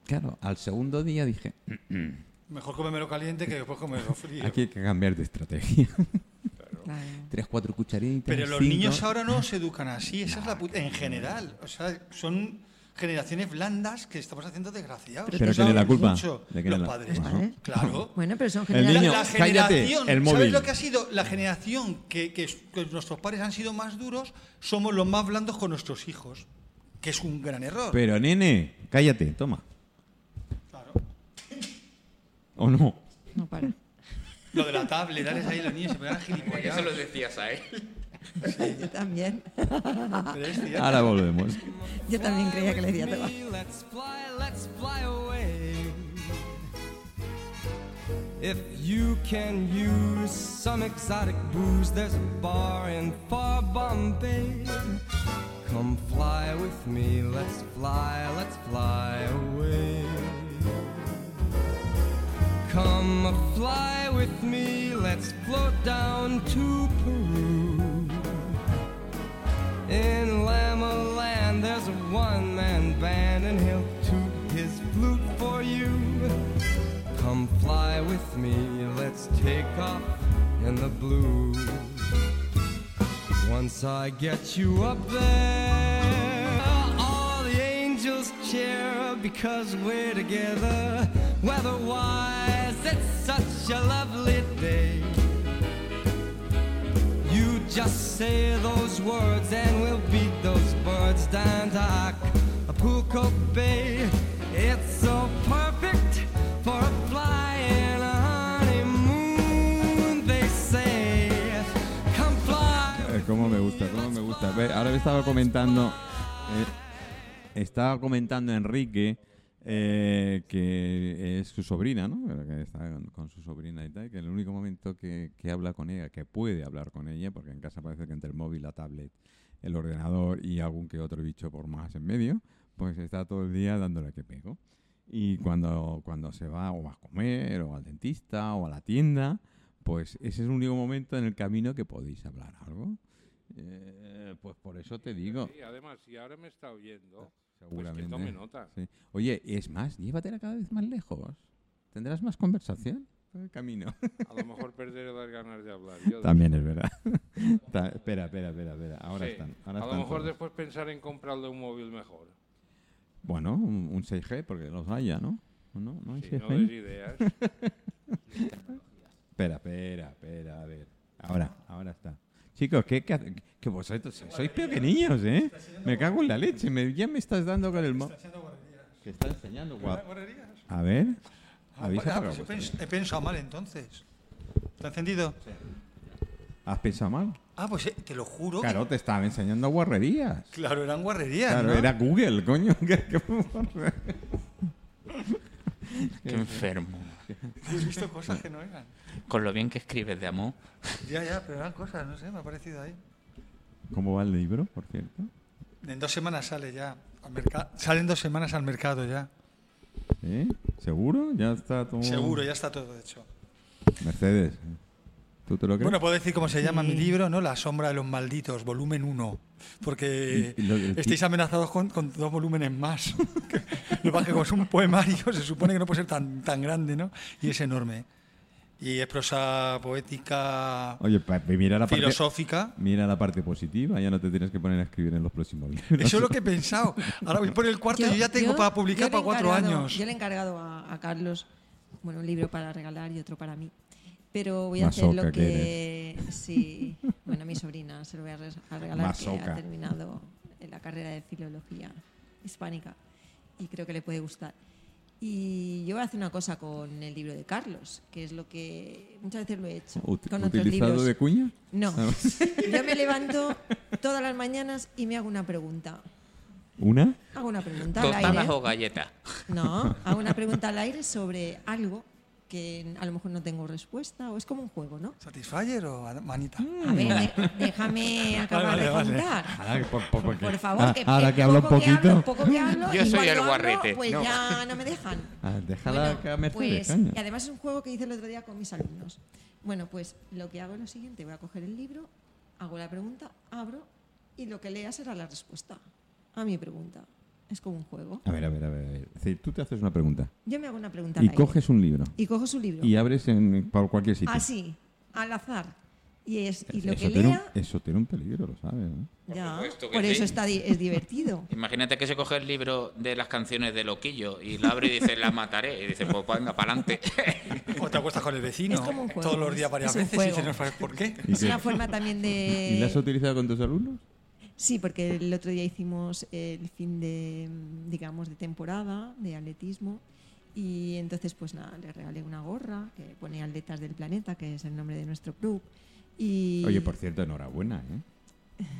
S1: Claro, al segundo día dije,
S5: Mejor comérmelo caliente que después comérmelo frío.
S1: aquí hay que cambiar de estrategia.
S4: Claro.
S1: Tres, cuatro cucharitas.
S5: Pero los
S1: cinco.
S5: niños ahora no se educan así, esa es la puta. En general, o sea, son generaciones blandas que estamos haciendo desgraciados.
S1: Pero
S5: Nos
S1: ¿quién es la
S5: hablan
S1: culpa?
S5: mucho
S1: ¿De quién
S5: los
S1: es la-
S5: padres,
S1: Ajá.
S4: ¿Vale?
S5: claro.
S4: Bueno, pero son
S1: El
S5: La,
S1: niño,
S4: generales.
S5: la
S1: cállate,
S5: generación,
S1: el móvil.
S5: ¿sabes lo que ha sido? La generación que, que- que nuestros padres han sido más duros, somos los más blandos con nuestros hijos, que es un gran error.
S1: Pero nene, cállate, toma.
S5: Claro.
S1: ¿O no?
S4: No para.
S5: Lo de la tablet, darles ahí a los niños, se pegan
S3: Eso Pues lo
S5: gilipollas.
S3: decías a él.
S4: Yo también.
S5: Pero es cierto.
S1: Ahora volvemos.
S4: Yo también creía que le decía todo.
S6: Let's fly, let's fly away. If you can use some exotic booze, there's a bar in far Bombay. Come fly with me, let's fly, let's fly away. Come fly with me, let's float down to Peru. In Lama Land, there's a one man band, and he'll toot his flute for you. Come fly with me, let's take off in the blue. Once I get you up there, all the angels cheer because we're together. Weather wise, it's such a lovely day. You just say those words and we'll beat those birds down to Acapulco Bay. It's so perfect for a fly and a honeymoon, they say. Come fly.
S1: Eh, cómo me gusta, cómo me gusta. Ve, ahora me estaba comentando, eh, estaba comentando Enrique eh, que es su sobrina, ¿no? Pero Que está con, con su sobrina y tal, que el único momento que, que habla con ella, que puede hablar con ella, porque en casa parece que entre el móvil, la tablet, el ordenador y algún que otro bicho por más en medio, pues está todo el día dándole que pego. Y cuando, cuando se va o a comer o al dentista o a la tienda, pues ese es el único momento en el camino que podéis hablar algo. Eh, pues por eso te digo.
S2: Sí, además, si ahora me está oyendo, pues que
S1: Seguramente.
S2: tome nota.
S1: Sí. Oye, y es más, llévatela cada vez más lejos. ¿Tendrás más conversación? por el camino.
S2: A lo mejor perderé las ganas de hablar. Yo
S1: También es verdad. Ta- espera, espera, espera, espera. Ahora
S2: Sí.
S1: están. ahora
S2: a lo
S1: están
S2: mejor
S1: todos.
S2: después pensar en comprarle un móvil mejor.
S1: Bueno, un, un 6G, porque los haya, ¿no? ¿No, no hay
S2: Si no
S1: 6G?
S2: des ideas. pues
S1: Espera, espera, espera, a ver. Ahora, ahora está. Chicos, que, que, que vosotros sois peor que niños, ¿eh? Me cago en la leche, me- ya me estás dando con el mo... Que está enseñando guap- A ver, habéis
S5: Ah,
S1: apagado
S5: pues he
S1: vuestro-
S5: pens- he pensado mal entonces. ¿Está encendido?
S1: ¿Has pensado mal?
S5: Ah, pues eh, te lo juro. que-
S1: Claro, te estaba enseñando guarrerías.
S5: Claro, eran guarrerías.
S1: Claro,
S5: ¿no?
S1: era Google, coño. que- que-
S3: Qué enfermo.
S5: Yo he visto cosas que no eran.
S3: Con lo bien que escribes de amor.
S5: Ya, ya, pero eran cosas, no sé, me ha parecido ahí.
S1: ¿Cómo va el libro, por cierto?
S5: En dos semanas sale ya. Al mercado. Salen dos semanas al mercado ya.
S1: ¿Eh? ¿Seguro? Ya está todo...
S5: Seguro, ya está todo hecho.
S1: Mercedes, ¿tú te lo crees?
S5: Bueno, puedo decir cómo se llama mi libro, ¿no? La sombra de los malditos, volumen 1. Porque
S1: Y- y lo- el ti-
S5: estáis amenazados con, con dos volúmenes más. Que- Lo que pasa es que como es un poemario, se supone que no puede ser tan, tan grande, ¿no? Y es enorme. Y es prosa poética,
S1: Oye, pa- mira la, parte,
S5: filosófica.
S1: mira la parte positiva, ya no te tienes que poner a escribir en los próximos libros.
S5: Eso es lo que he pensado. Ahora voy por el cuarto y yo ya tengo para
S4: yo le
S5: publicar
S4: he
S5: para cuatro
S4: encargado-
S5: años.
S4: Yo le he encargado a, a Carlos bueno, un libro para regalar y otro para mí. Pero voy a hacer
S1: Masoca
S4: lo
S1: que
S4: que. Sí, bueno, a mi sobrina se lo voy a, re- a regalar, que
S1: Masoca.
S4: ha terminado en la carrera de filología hispánica y creo que le puede gustar. Y yo voy a hacer una cosa con el libro de Carlos, que es lo que muchas veces lo he hecho.
S1: Ut-
S4: con otros
S1: ¿Utilizado
S4: libros.
S1: de cuña?
S4: No,
S1: Ah,
S4: yo me levanto todas las mañanas y me hago una pregunta.
S1: ¿Una?
S4: Hago una pregunta al
S3: ¿Tostadas
S4: aire.
S3: o galletas?
S4: No, hago una pregunta al aire sobre algo que a lo mejor no tengo respuesta o es como un juego, ¿no?
S5: ¿Satisfyer o a- manita?
S4: A ver, de- déjame acabar
S5: Vale,
S4: de
S5: vale, vale.
S4: contar.
S1: Ahora que, por, por- porque-
S4: Por favor,
S1: Ah,
S4: que,
S1: ahora
S4: que
S1: que habla un
S4: poco que
S1: poquito.
S4: hablo, poco que hablo,
S3: Yo
S4: y
S3: soy
S4: cuando
S3: el
S4: hablo,
S3: guarrete,
S4: pues
S3: no.
S4: ya no me dejan.
S1: Ah, déjala
S4: Bueno,
S1: que a Mercedes,
S4: pues,
S1: caña.
S4: Y además es un juego que hice el otro día con mis alumnos. Bueno, pues lo que hago es lo siguiente: voy a coger el libro, hago la pregunta, abro y lo que lea será la respuesta a mi pregunta. Es como un juego.
S1: A ver, a ver, a ver. a ver. Es decir, tú te haces una pregunta
S4: Yo me hago una pregunta al
S1: y
S4: aire.
S1: coges un libro
S4: y cojo su libro.
S1: y abres en, por cualquier sitio.
S4: Así, al azar. Y, es, Ah, y lo
S1: eso,
S4: que
S1: tiene un,
S4: lea,
S1: eso tiene un peligro, lo sabes, ¿no?
S4: ya.
S3: supuesto que
S4: Por
S3: sí.
S4: eso está di- es divertido.
S3: Imagínate que se coge el libro de las canciones de Loquillo y la abre y dice, la mataré. Y dice, pues venga, pa'lante.
S5: ¿O te acuestas con el vecino
S4: Es como un juego,
S5: todos los días
S4: es- es
S5: varias
S4: un
S5: veces y
S4: juego.
S5: dices, no sabes por qué?
S1: ¿Y
S4: Es
S1: qué?
S4: una forma también
S1: ¿Y la has
S4: de.
S1: utilizado con tus alumnos?
S4: Sí, porque el otro día hicimos el fin de, mm, digamos, de temporada de atletismo. Y entonces, pues nada, le regalé una gorra que pone Atletas del Planeta, que es el nombre de nuestro club. Y
S1: Oye, por cierto, enhorabuena, ¿eh?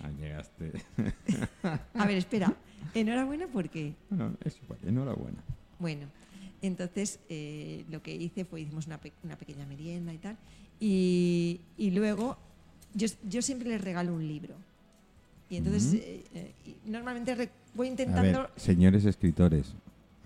S1: Ah, llegaste.
S4: A ver, espera. Enhorabuena porque
S1: Bueno, es igual, enhorabuena.
S4: Bueno, entonces eh, lo que hice fue hicimos una, pe- una pequeña merienda y tal. Y, y luego yo, yo siempre les regalo un libro. Y entonces
S1: Ujú.
S4: eh, eh, y normalmente re- voy
S1: A
S4: intentando...
S1: ver, señores escritores,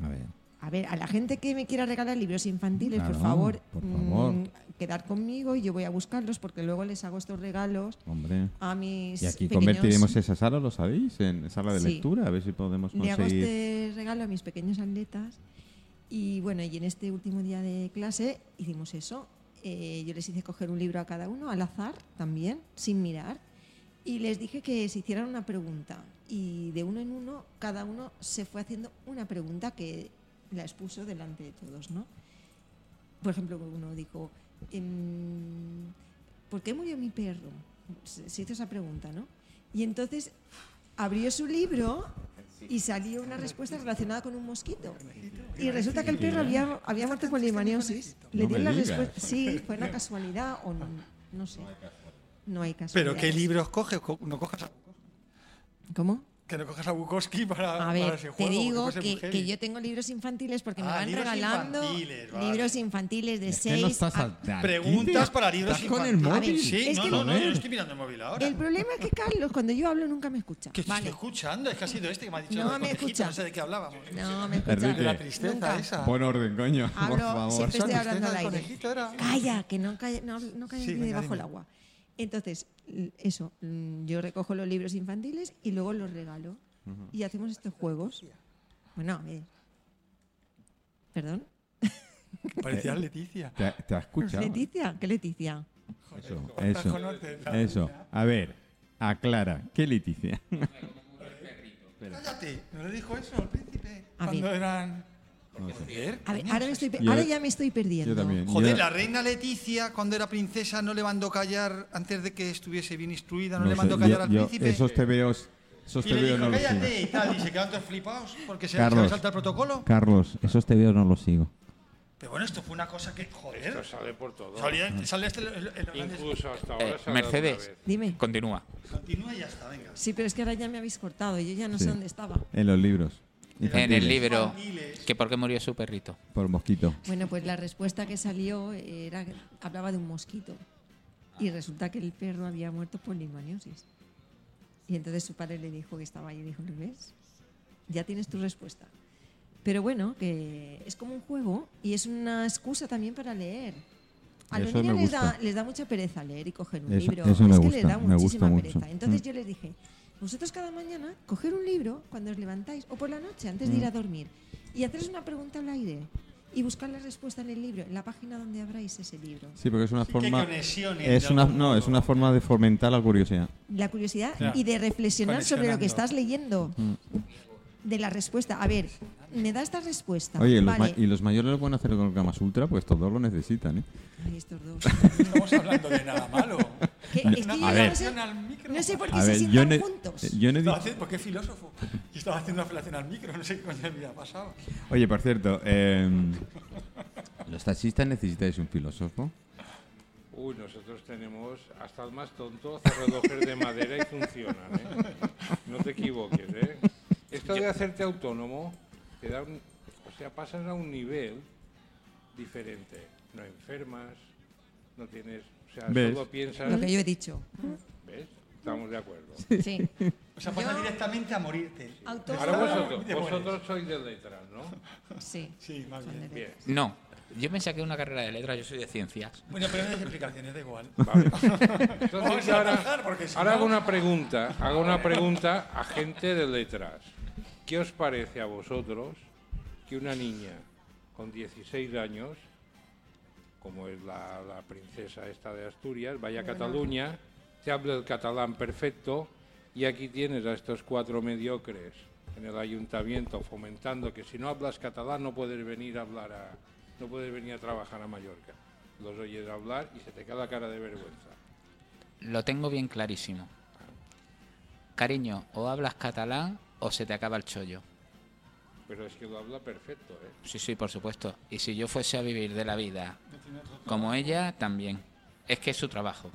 S1: a ver,
S4: A ver, a la gente que me quiera regalar libros infantiles,
S1: Claro,
S4: por favor,
S1: por
S4: mm,
S1: favor.
S4: quedar conmigo y yo voy a buscarlos porque luego les hago estos regalos
S1: hombre.
S4: a mis...
S1: Y aquí
S4: pequeños-
S1: convertiremos esa sala, ¿lo sabéis? En sala de
S4: Sí.
S1: lectura, a ver si podemos
S4: Le hago
S1: conseguir.
S4: este regalo a mis pequeños atletas. Y bueno, y en este último día de clase hicimos eso. Eh, yo les hice coger un libro a cada uno, al azar también, sin mirar. Y les dije que se hicieran una pregunta. Y de uno en uno, cada uno se fue haciendo una pregunta que la expuso delante de todos, ¿no? Por ejemplo, uno dijo, em, ¿por qué murió mi perro? Se se hizo esa pregunta, ¿no? Y entonces abrió su libro y salió una respuesta relacionada con un mosquito. Y resulta que el perro había, había muerto por leishmaniosis. Le
S1: No me
S4: dieron la
S1: digas.
S4: respuesta. Sí, fue una casualidad o no, no sé. No hay casualidad.
S5: Pero ¿qué libros coges? Co- No cojas a,
S4: ¿Cómo?
S5: que no cojas a Bukowski para,
S4: A
S5: Ah, para
S4: ver,
S5: ese
S4: te
S5: juego.
S4: digo
S5: porque fuese
S4: que,
S5: muy
S4: que
S5: heavy.
S4: yo tengo libros infantiles porque me
S5: Ah,
S4: van
S5: libros
S4: regalando
S5: infantiles, vale.
S4: libros infantiles de
S1: Es que no
S4: 6
S1: estás al- al
S5: Preguntas
S1: quite.
S5: para libros
S1: ¿Estás con el móvil?
S5: infantiles. Sí,
S4: Es
S5: no,
S4: que
S5: no,
S4: no-
S5: no, yo estoy mirando el móvil ahora.
S4: El problema es que Carlos, cuando yo hablo, nunca me escucha.
S5: Que te
S4: Vale.
S5: estoy escuchando, es que ha sido este que me ha dicho
S4: No
S5: lo de
S4: me
S5: conejito,
S4: escucha.
S5: no sé de qué hablábamos.
S4: No, me escucha.
S1: Enrique.
S5: De la tristeza
S4: Nunca.
S5: esa.
S1: Pon orden, coño, por
S4: Hablo-
S1: favor.
S4: siempre- Estoy
S5: Esa
S4: hablando
S5: tristeza del
S4: al aire.
S5: conejito era-
S4: Calla, que no cae, no, no cae
S5: Sí,
S4: ni
S5: venga,
S4: debajo
S5: dime.
S4: el agua. Entonces, l- eso, mm, yo recojo los libros infantiles y luego los regalo. Y hacemos estos juegos. Bueno, a ver. ¿Perdón?
S5: Parecía Leticia.
S1: ¿Te, ha- te ha escuchado?
S4: ¿Leticia? ¿Qué Leticia?
S1: Eso,
S5: Estás
S1: eso,
S5: con orden, ¿sabes?
S1: eso. A ver, aclara. ¿Qué Leticia?
S5: Cállate, no le dijo eso al príncipe.
S4: A
S5: Cuando
S4: ver.
S5: eran.
S4: A ver, ahora, me estoy pe-
S1: Yo-
S4: ahora ya me estoy perdiendo.
S1: Yo también.
S5: Joder,
S1: Yo-
S5: la reina Leticia, cuando era princesa, no le mandó callar antes de que estuviese bien instruida, no,
S1: no sé,
S5: le mandó
S1: yo-
S5: callar al
S1: yo-
S5: príncipe.
S1: Esos tebeos, esos
S5: y le
S1: tebeos
S5: dijo,
S1: no los
S5: cállate
S1: sigo.
S5: y tal, y se quedaron todos flipados porque se, se
S1: Carlos.
S5: había saltado el protocolo.
S1: Carlos, esos tebeos no los sigo.
S5: Pero bueno, esto fue una cosa que,
S2: Esto
S5: joder,
S2: sale por todo.
S5: salía, salía este, el, el- el-
S2: Incluso hasta
S3: Eh,
S2: ahora se ha dado una
S3: Mercedes.
S2: vez.
S4: Dime.
S3: Continúa.
S5: Continúa y ya está, venga.
S4: Sí, pero es que ahora ya me habéis cortado. Yo ya no
S1: Sí.
S4: sé dónde estaba.
S1: En los libros.
S3: En
S1: infantiles,
S3: el libro,
S5: Infantiles.
S3: que por qué murió su perrito.
S1: Por mosquito.
S4: Bueno, pues la respuesta que salió era que hablaba de un mosquito
S1: Ah.
S4: y resulta que el perro había muerto por leishmaniosis. Y entonces su padre le dijo que estaba ahí y dijo, ¿lo ves? Ya tienes tu respuesta. Pero bueno, que es como un juego y es una excusa también para leer. A los
S1: Eso me
S4: niños les da,
S1: gusta.
S4: les da mucha pereza leer y coger un
S1: Eso-
S4: libro.
S1: eso me
S4: es que
S1: gusta,
S4: les da
S1: me gusta
S4: muchísima
S1: mucho.
S4: pereza. Entonces
S1: Mm.
S4: yo les dije, vosotros cada mañana
S1: Mm.
S4: coger un libro cuando os levantáis o por la noche antes de ir a dormir y haceros una pregunta al aire. y buscar la respuesta en el libro, en la página donde abráis ese libro.
S1: Sí, porque es una
S5: ¿Qué ¿eh?
S1: forma.
S5: conexiones,
S1: Es
S5: de
S1: una,
S5: algún
S1: no,
S5: modo?
S1: es una forma de fomentar la curiosidad.
S4: La curiosidad
S5: Claro.
S4: y de reflexionar sobre lo que
S5: Conexionando.
S4: estás leyendo,
S1: Mm.
S4: de la respuesta. A ver, me da esta respuesta.
S1: Oye, los
S4: vale.
S1: ma- y los mayores lo pueden hacer con el Kama Sutra, pues todos lo necesitan, ¿eh?
S4: Ay, estos dos.
S5: No estamos hablando de nada malo.
S4: Que- es que
S5: Una
S4: yo
S1: A
S4: no
S1: ver.
S4: sé-
S5: relación al micro.
S4: no sé por qué
S1: A
S4: se
S1: ver, yo
S4: sientan
S1: no, he-
S4: juntos.
S1: yo no he
S5: Estaba
S1: dicho-
S5: haciendo- porque es filósofo. Y estaba haciendo una relación al micro, no sé qué coño me había pasado.
S1: Oye, por cierto, eh, ¿los taxistas necesitáis un filósofo?
S2: Uy, nosotros tenemos hasta el más tonto hace relojes de madera y funcionan, ¿eh? No te equivoques, ¿eh? Esto de hacerte autónomo te da un... O sea, pasas a un nivel diferente. No enfermas, no tienes... O sea,
S1: ¿Ves?
S2: solo piensas...
S4: Lo que yo he dicho.
S2: ¿Ves? Estamos de acuerdo.
S4: Sí.
S5: O sea, pasas directamente a morirte.
S2: Ahora
S4: Autónomo.
S2: vosotros, vosotros sois de letras, ¿no?
S4: Sí.
S5: Sí, más
S4: Son
S5: bien.
S4: de
S2: Bien.
S3: No, yo me saqué una carrera de letras, yo soy de ciencias.
S5: Bueno, pero no hay explicaciones, da igual.
S2: Vale.
S5: Vamos
S2: Entonces,
S5: a
S2: ahora,
S5: bajar, porque si
S2: ahora
S5: no-
S2: hago una pregunta, hago una pregunta a gente de letras. ¿Qué os parece a vosotros que una niña con 16 años, como es la, la princesa esta de Asturias, vaya a Cataluña, se habla el catalán perfecto y aquí tienes a estos cuatro mediocres en el ayuntamiento fomentando que si no hablas catalán no puedes venir a hablar a, no puedes venir a trabajar a Mallorca. Los oyes hablar y se te cae la cara de vergüenza.
S3: Lo tengo bien clarísimo. Cariño, o hablas catalán o se te acaba el chollo.
S2: Pero es que lo habla perfecto, ¿eh?
S3: Sí, sí, por supuesto. Y si yo fuese a vivir de la vida como ella, también. Es que es su trabajo.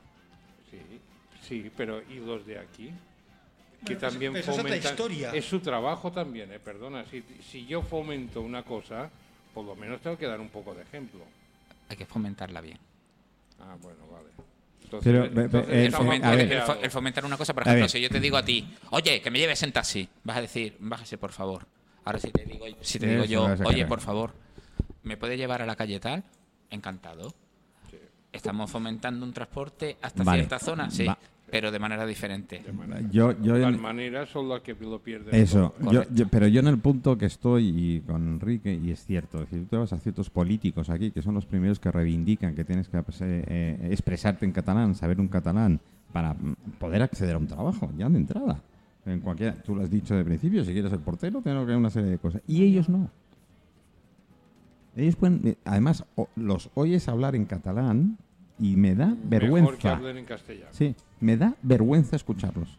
S2: Sí, sí, pero ¿y los de aquí? Que
S5: Bueno,
S2: también
S5: pues es otra
S2: fomentan-
S5: historia.
S2: Es su trabajo también, ¿eh? Perdona, si, si yo fomento una cosa, por lo menos tengo que dar un poco de ejemplo.
S3: Hay que fomentarla bien.
S2: Ah, bueno, vale. Entonces,
S1: Pero, ve- ve-
S2: entonces
S1: eh,
S3: El,
S2: estamos
S1: fomento-
S3: fomentar,
S1: a
S2: mal
S1: ver.
S3: el fo-
S2: creados.
S3: el fomentar una cosa,
S1: A
S3: por ejemplo,
S1: ver.
S3: si yo te digo a ti, oye, que me lleves en taxi, vas a decir, bájese, por favor. Ahora si te digo, si te digo
S1: Eso
S3: yo,
S1: me vas a
S3: oye,
S1: cagar".
S3: por favor, ¿me puede llevar a la calle tal? Encantado. Estamos fomentando un transporte hasta
S1: Vale.
S3: cierta zona, sí,
S1: Va.
S3: pero de manera diferente.
S1: Yo, yo,
S2: Las maneras son las que lo pierden.
S1: Eso,
S2: todo.
S1: yo-
S3: Correcto.
S1: yo- pero yo en el punto que estoy y con Enrique, y es cierto, es decir, tú te vas a ciertos políticos aquí, que son los primeros que reivindican que tienes que pues, eh, eh, expresarte en catalán, saber un catalán, para mm, poder acceder a un trabajo, ya de entrada. En cualquier, tú lo has dicho de principio, si quieres ser portero, tengo que una serie de cosas. Y ellos no. Ellos pueden, eh, además, o- los oyes hablar en catalán y me da
S2: Mejor que
S1: vergüenza.
S2: hablen en castellano.
S1: Sí, me da vergüenza escucharlos.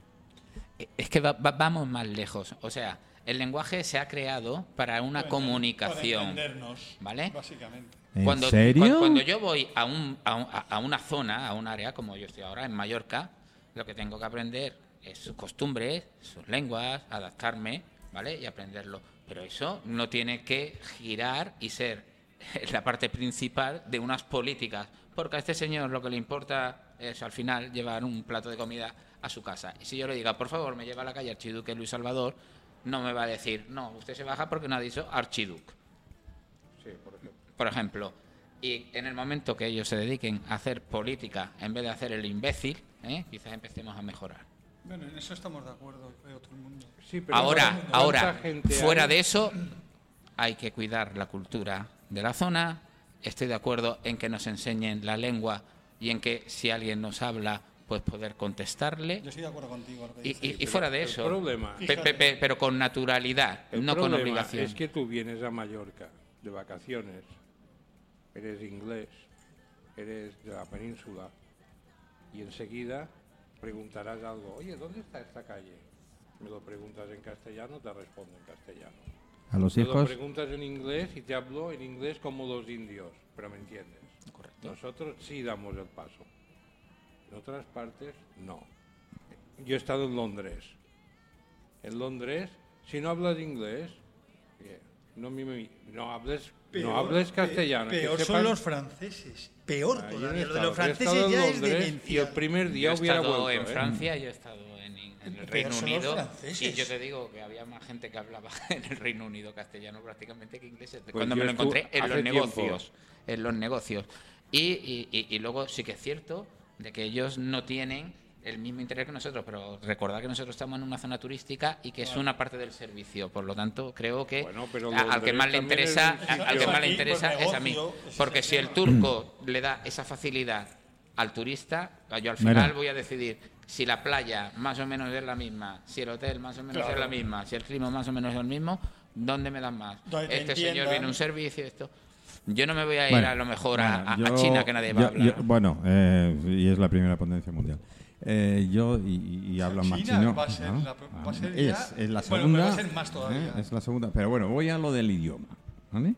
S3: Es que va- va- vamos más lejos. O sea, el lenguaje se ha creado para una
S5: Para
S3: comunicación.
S5: entendernos,
S3: ¿Vale?
S5: Básicamente.
S1: ¿En
S3: cuando,
S1: serio?
S3: cu- Cuando yo voy a, un- a un- a- a una zona, a un área, como yo estoy ahora en Mallorca, lo que tengo que aprender es sus costumbres, sus lenguas, adaptarme, ¿vale? Y aprenderlo. Pero eso no tiene que girar y ser la parte principal de unas políticas. Porque a este señor lo que le importa es al final llevar un plato de comida a su casa. Y si yo le diga, por favor, me lleva a la calle Archiduque Luis Salvador, no me va a decir, no, usted se baja porque no ha dicho Archiduque
S2: Sí, por ejemplo.
S3: por ejemplo, y en el momento que ellos se dediquen a hacer política en vez de hacer el imbécil, ¿eh? quizás empecemos a mejorar.
S5: Bueno, en eso estamos de acuerdo, creo, todo el mundo.
S2: Sí, pero
S3: Ahora,
S2: ¿cuánta
S3: ahora,
S2: gente
S3: fuera
S2: hay?
S3: de eso, hay que cuidar la cultura de la zona. Estoy de acuerdo en que nos enseñen la lengua y en que si alguien nos habla, pues poder contestarle.
S5: Yo estoy de acuerdo contigo. Lo que
S3: Y,
S5: dices.
S3: y- y fuera de
S2: el
S3: eso,
S2: problema-
S3: pe- pe- pe- pero con naturalidad,
S2: El
S3: no con
S2: problema
S3: obligación.
S2: Es que tú vienes a Mallorca de vacaciones, eres inglés, eres de la península y enseguida preguntarás algo. Oye, ¿dónde está esta calle? Me lo preguntas en castellano, te respondo en castellano.
S1: A los
S2: Me lo
S1: hijos.
S2: preguntas en inglés y te hablo en inglés como los indios, pero me entiendes. Nosotros sí damos el paso. En otras partes, no. Yo he estado en Londres. En Londres, si no hablas inglés, eh, no, mi- mi- no hables, no hables castellano. que
S5: Peor
S2: sepas-
S5: son los franceses. Peor
S2: Ah, yo no he
S5: todavía. Lo de
S2: estado. Yo
S5: los
S2: he estado
S5: franceses
S2: en
S5: ya es
S2: Londres Y el
S5: demencia.
S2: primer
S3: Yo
S2: día
S3: he
S2: hubiera
S3: estado
S2: vuelto.
S3: en
S2: ¿eh?
S3: Francia, yo he estado en, in- en el
S5: Pero
S3: Reino
S5: son los
S3: Unido. Y
S5: franceses.
S3: yo te digo que había más gente que hablaba en el Reino Unido castellano prácticamente que inglés.
S2: Pues
S3: cuando
S2: yo
S3: me lo
S2: estuve
S3: encontré en
S2: hace
S3: los
S2: tiempo.
S3: negocios. En los negocios. Y, y- y- y luego sí que es cierto de que ellos no tienen el mismo interés que nosotros, pero recordad que nosotros estamos en una zona turística y que es una parte del servicio, por lo tanto creo que
S2: Bueno, pero
S3: a- al que
S2: Londres
S3: más le
S2: también
S3: interesa,
S2: es un
S3: a- al que
S2: sitio.
S3: más le
S5: Aquí, por
S3: interesa es a mí,
S5: negocio, ese es
S3: porque
S5: el
S3: si el
S5: tema.
S3: turco le da esa facilidad al turista, yo al final
S1: Mira.
S3: voy a decidir si la playa más o menos es la misma, si el hotel más o menos es
S5: Claro.
S3: la misma, si el clima más o menos es el mismo, ¿dónde me dan más?
S5: Donde te
S3: este señor
S5: entiendan.
S3: viene a un servicio, esto. Yo no me voy a ir
S1: Bueno,
S3: a lo mejor a,
S1: bueno,
S3: a- a
S1: yo-
S3: China que nadie va a
S1: yo- yo-
S3: hablar.
S1: bueno, eh, y es la primera potencia mundial. Eh, yo y, y- y hablan más
S5: China
S1: chino.
S5: va a ser
S1: ¿no?
S5: la- va a ser ya-
S1: es, es la
S5: bueno,
S1: segunda.
S5: va a ser más todavía.
S1: eh, es la segunda. Pero bueno, voy a lo del idioma. ¿vale?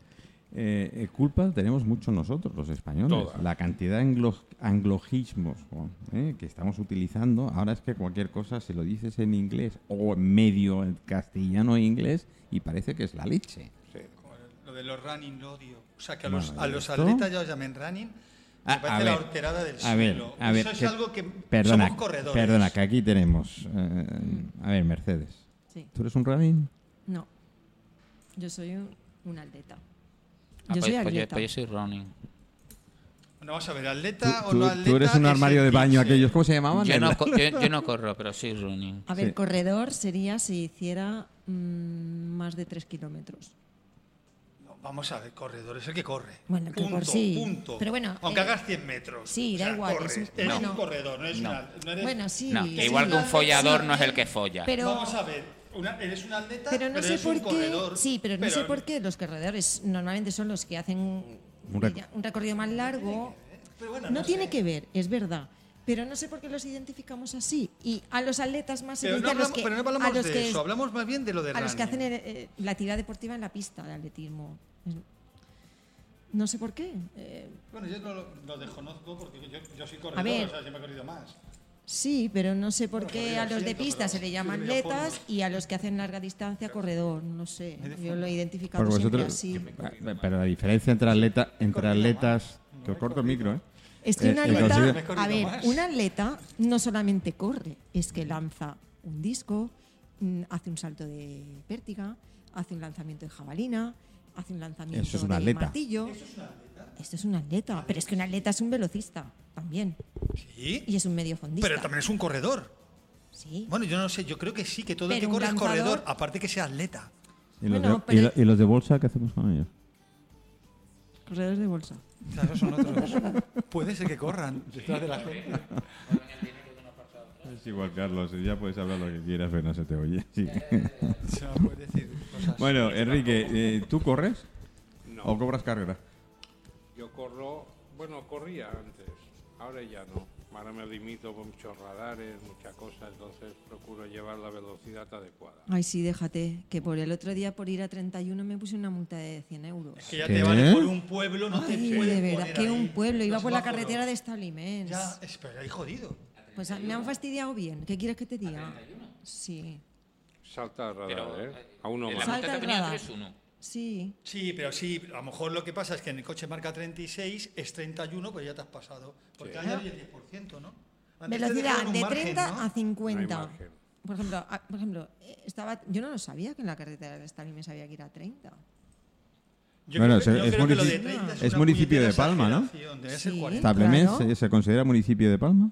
S1: Eh, eh, culpa tenemos mucho nosotros, los españoles.
S2: Toda.
S1: La cantidad de anglo- anglojismos jo, eh, que estamos utilizando. Ahora es que cualquier cosa, si lo dices en inglés o en medio en castellano e inglés, y parece que es la leche.
S5: Como Lo de los running lo odio. O sea, que a los,
S1: Bueno,
S5: a los
S1: ¿esto?
S5: atletas ya os llamen running. Me
S1: Ah,
S5: parece
S1: a
S5: la
S1: ver,
S5: horterada del
S1: a ver,
S5: siglo.
S1: a ver,
S5: Eso es
S1: que-
S5: algo que
S1: Perdona,
S5: somos corredores.
S1: perdona, que aquí tenemos. eh, a ver, Mercedes.
S4: Sí.
S1: ¿Tú eres un running?
S4: No. Yo soy un, un atleta.
S3: Ah,
S4: Yo
S3: pues-
S4: soy
S3: pues yo-
S4: atleta.
S3: pues yo soy Ronin.
S5: Bueno, vamos a ver, atleta
S1: Tú,
S5: o no
S1: tú- tú
S5: atleta.
S1: eres un
S5: es
S1: armario
S5: el
S1: de baño
S5: pincel.
S1: aquellos. ¿Cómo se llamaban?
S3: Yo
S1: El-
S3: no, co- yo, yo no corro, pero soy running.
S4: A ver,
S1: Sí.
S4: corredor sería si hiciera mm, más de 3 kilómetros.
S5: No, vamos a ver, corredor es el que corre.
S4: Bueno, pero
S5: punto,
S4: por sí.
S5: punto.
S4: Pero bueno,
S5: Aunque
S4: eh,
S5: hagas 100 metros.
S4: sí,
S5: O
S4: da
S5: sea,
S4: igual,
S5: corres.
S4: es un-
S5: Eres
S4: bueno.
S5: un corredor, no es
S3: No.
S5: una. no eres-
S4: Bueno, sí.
S3: No,
S4: sí.
S3: que igual que un follador
S4: Sí.
S3: no es el que folla.
S4: Pero-
S5: Vamos a ver, una- eres un atleta.
S4: Pero no sé
S5: eres un
S4: por qué.
S5: corredor,
S4: Sí, pero no sé por qué los corredores normalmente son los que hacen
S1: Un recor-
S4: un recorrido más largo.
S5: Pero bueno,
S4: No
S5: no
S4: tiene
S5: sé.
S4: que ver, es verdad. Pero no sé por qué los identificamos así. Y a los atletas más
S5: Pero no
S4: elitistas,
S5: hablamos,
S4: los que,
S5: pero no
S4: a
S5: hablamos
S4: los
S5: de
S4: que-
S5: eso, hablamos más bien de lo de
S4: a los que hacen
S5: running.
S4: eh, eh, la actividad deportiva en la pista de atletismo. No sé por qué. eh,
S5: Bueno, yo no lo, lo desconozco porque yo, yo soy corredor,
S4: A ver.
S5: o sea, siempre he corrido más.
S4: sí, pero no sé por
S5: Bueno,
S4: qué
S5: corrido
S4: a los de
S5: siento,
S4: pista
S5: pero
S4: se le
S5: sí,
S4: llaman
S5: corrido
S4: atletas
S5: fondo.
S4: y a los que hacen larga distancia corredor. No sé. Yo lo he identificado
S1: Porque
S4: siempre
S1: vosotros-
S4: así.
S1: Ah, Pero la diferencia entre, atleta, entre atletas. Que os corto el micro, ¿eh?
S4: Es que
S1: Eh,
S4: un
S1: el
S4: atleta,
S1: consigue-
S5: corrido
S4: a ver,
S5: más.
S4: un atleta no solamente corre, es que lanza un disco, mm, hace un salto de pértiga, hace un lanzamiento de jabalina, hace un lanzamiento
S1: Eso es un
S4: de
S1: atleta.
S4: martillo. Esto es un atleta, pero es que un atleta es un velocista también
S5: Sí,
S4: y es un medio fondista.
S5: pero también es un corredor.
S4: sí.
S5: Bueno, yo no sé, yo creo que sí, que todo el
S4: Pero
S5: que
S4: un
S5: corre es
S4: lanzador-
S5: corredor, aparte que sea atleta.
S1: ¿Y los,
S4: Bueno,
S1: de, y
S4: pero-
S1: lo- y los de bolsa qué hacemos con ellos?
S4: Corredores de bolsa.
S5: O sea, esos son otros. Puede ser que corran detrás de la gente.
S1: Es igual, Carlos, ya puedes hablar lo que quieras, pero no se te oye.
S5: O sea, puede decir cosas.
S1: Bueno, Enrique, eh, ¿tú corres
S2: No.
S1: o cobras carrera?
S2: Yo corro, bueno, corría antes, ahora ya no. Ahora me limito con muchos radares, muchas cosas, entonces procuro llevar la velocidad adecuada.
S4: Ay, sí, déjate, que por el otro día por ir a 31 me puse una multa de 100 euros.
S5: que ya
S1: ¿Qué?
S5: te vale por un pueblo, no
S4: Ay,
S5: te puedes
S4: de verdad,
S5: poner
S4: que
S5: ahí.
S4: un pueblo, iba
S5: Los
S4: por la
S5: bajos.
S4: carretera de este Stalimens.
S5: Ya, espera, ahí jodido.
S4: Pues a- me han fastidiado bien. ¿Qué quieres que te diga? Sí,
S2: Salta el radar,
S3: Pero,
S2: ¿eh?
S3: eh,
S2: A uno
S3: en
S2: más.
S3: la multa
S4: Salta
S3: te
S4: el
S3: ponía
S4: radar.
S3: 3-1.
S4: sí.
S5: Sí, pero sí, a lo mejor lo que pasa es que en el coche marca 36, es 31, pues ya te has pasado. Porque
S2: Sí.
S5: ahí hay el 10%, ¿no? Antes te
S4: Velocidad
S5: dejaban un
S4: de
S5: margen,
S4: 30
S5: ¿no?
S4: a 50.
S2: No hay margen.
S4: por ejemplo, a- por ejemplo, eh, estaba, yo no lo sabía que en la carretera de Stalimens había que ir a 30.
S5: Yo
S1: Bueno,
S5: creo que-
S1: es-
S5: yo
S1: es
S5: creo que lo de
S1: munici-
S5: 30 es
S1: es
S5: una
S1: municipio de
S5: puñetera
S1: Palma, ¿no?
S5: exageración, debe ser
S4: Sí.
S5: 40.
S1: ¿Establemens
S4: claro.
S1: eh, se considera municipio de Palma?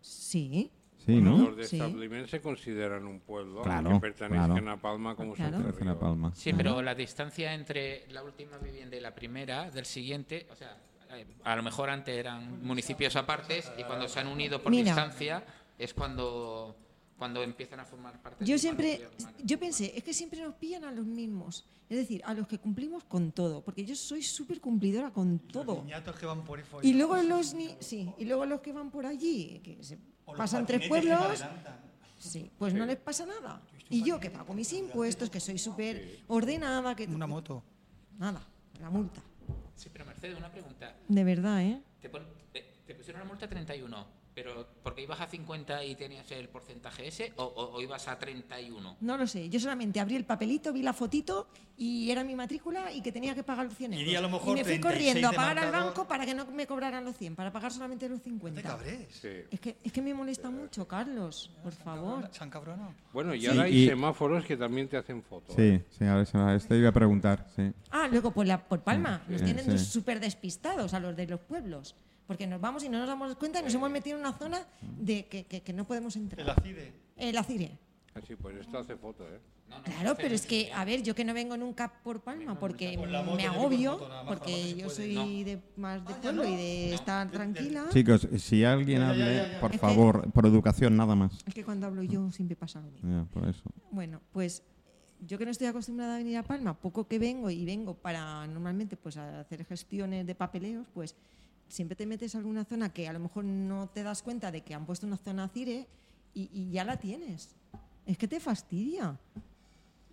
S4: Sí.
S1: Sí, ¿no?
S2: Los de
S4: Sí.
S2: Establimen se consideran un pueblo,
S1: Claro,
S2: aunque pertenezcan
S1: claro.
S2: a Palma como
S4: Claro.
S2: su
S1: Pertenecen a Palma.
S3: Sí, pero la distancia entre la última vivienda y la primera del siguiente, o sea, eh, a lo mejor antes eran municipios apartes y cuando se han unido por
S4: Mira.
S3: distancia es cuando, cuando empiezan a formar parte
S4: Yo
S3: del
S4: siempre,
S3: hermano mayor,
S4: yo pensé, es que siempre nos pillan a los mismos. Es decir, a los que cumplimos con todo. Porque yo soy súper cumplidora con todo.
S5: Niñatos Pues que van por ahí
S4: Y
S5: follando.
S4: luego los ni- sí, y luego los que van por allí, que se
S5: O los
S4: pasan tres
S5: patinetes que se
S4: pueblos,
S5: adelantan.
S4: sí, pues no les pasa nada. Y yo que pago mis impuestos, que soy súper ordenada, que
S5: Una moto.
S4: nada, la multa.
S3: hermano. Sí, pero Mercedes, una pregunta.
S4: De verdad, ¿eh?
S3: Te, pon- te- te pusieron una multa 31, pero porque ibas a 50 y tenías el porcentaje ese o, o- o ibas a 31.
S4: No lo sé. Yo solamente abrí el papelito, vi la fotito y era mi matrícula y que tenía que pagar los 100
S5: Y
S4: euros.
S5: di a lo mejor
S4: me fui
S5: 36
S4: corriendo a pagar al
S5: demandador.
S4: banco para que no me cobraran los 100, para pagar solamente los
S5: No te
S4: 50.
S5: cabres.
S2: Sí.
S4: Es que, es que me molesta mucho, Carlos, por favor.
S5: San Cabrono.
S2: Bueno, y
S1: Sí,
S2: ahora hay
S1: y-
S2: semáforos que también te hacen fotos.
S1: Sí, sí, ahora se me- esto iba a preguntar, sí.
S4: Ah, luego por, la, por Palma, nos
S1: sí, sí.
S4: tienen súper despistados a los de los pueblos. Porque nos vamos y no nos damos cuenta y nos hemos metido en una zona de que, que- que no podemos
S5: El
S4: entrar.
S5: acide.
S4: El acire.
S2: Así pues esto hace foto, ¿eh?
S4: Claro, pero es que, a ver, yo que no vengo nunca por Palma porque
S5: Con la moto,
S4: me
S5: yo voy con
S4: agobio,
S5: moto nada más, Palma no
S4: porque
S5: se
S4: yo
S5: puede.
S4: soy
S3: No.
S4: de, más de
S5: Ah, ya
S4: pueblo
S5: no.
S4: y de estar tranquila.
S1: Chicos, si alguien
S5: Ah. Ya, ya, ya,
S1: hable,
S5: ya.
S1: por
S4: Es que-
S1: favor, por educación nada más.
S4: Es que cuando hablo yo siempre pasa algo.
S1: Ya, por eso.
S4: Bueno, pues yo que no estoy acostumbrada a venir a Palma, poco que vengo y vengo para normalmente pues a hacer gestiones de papeleos, pues siempre te metes a alguna zona que a lo mejor no te das cuenta de que han puesto una zona CIRE y, y ya la tienes. Es que te fastidia.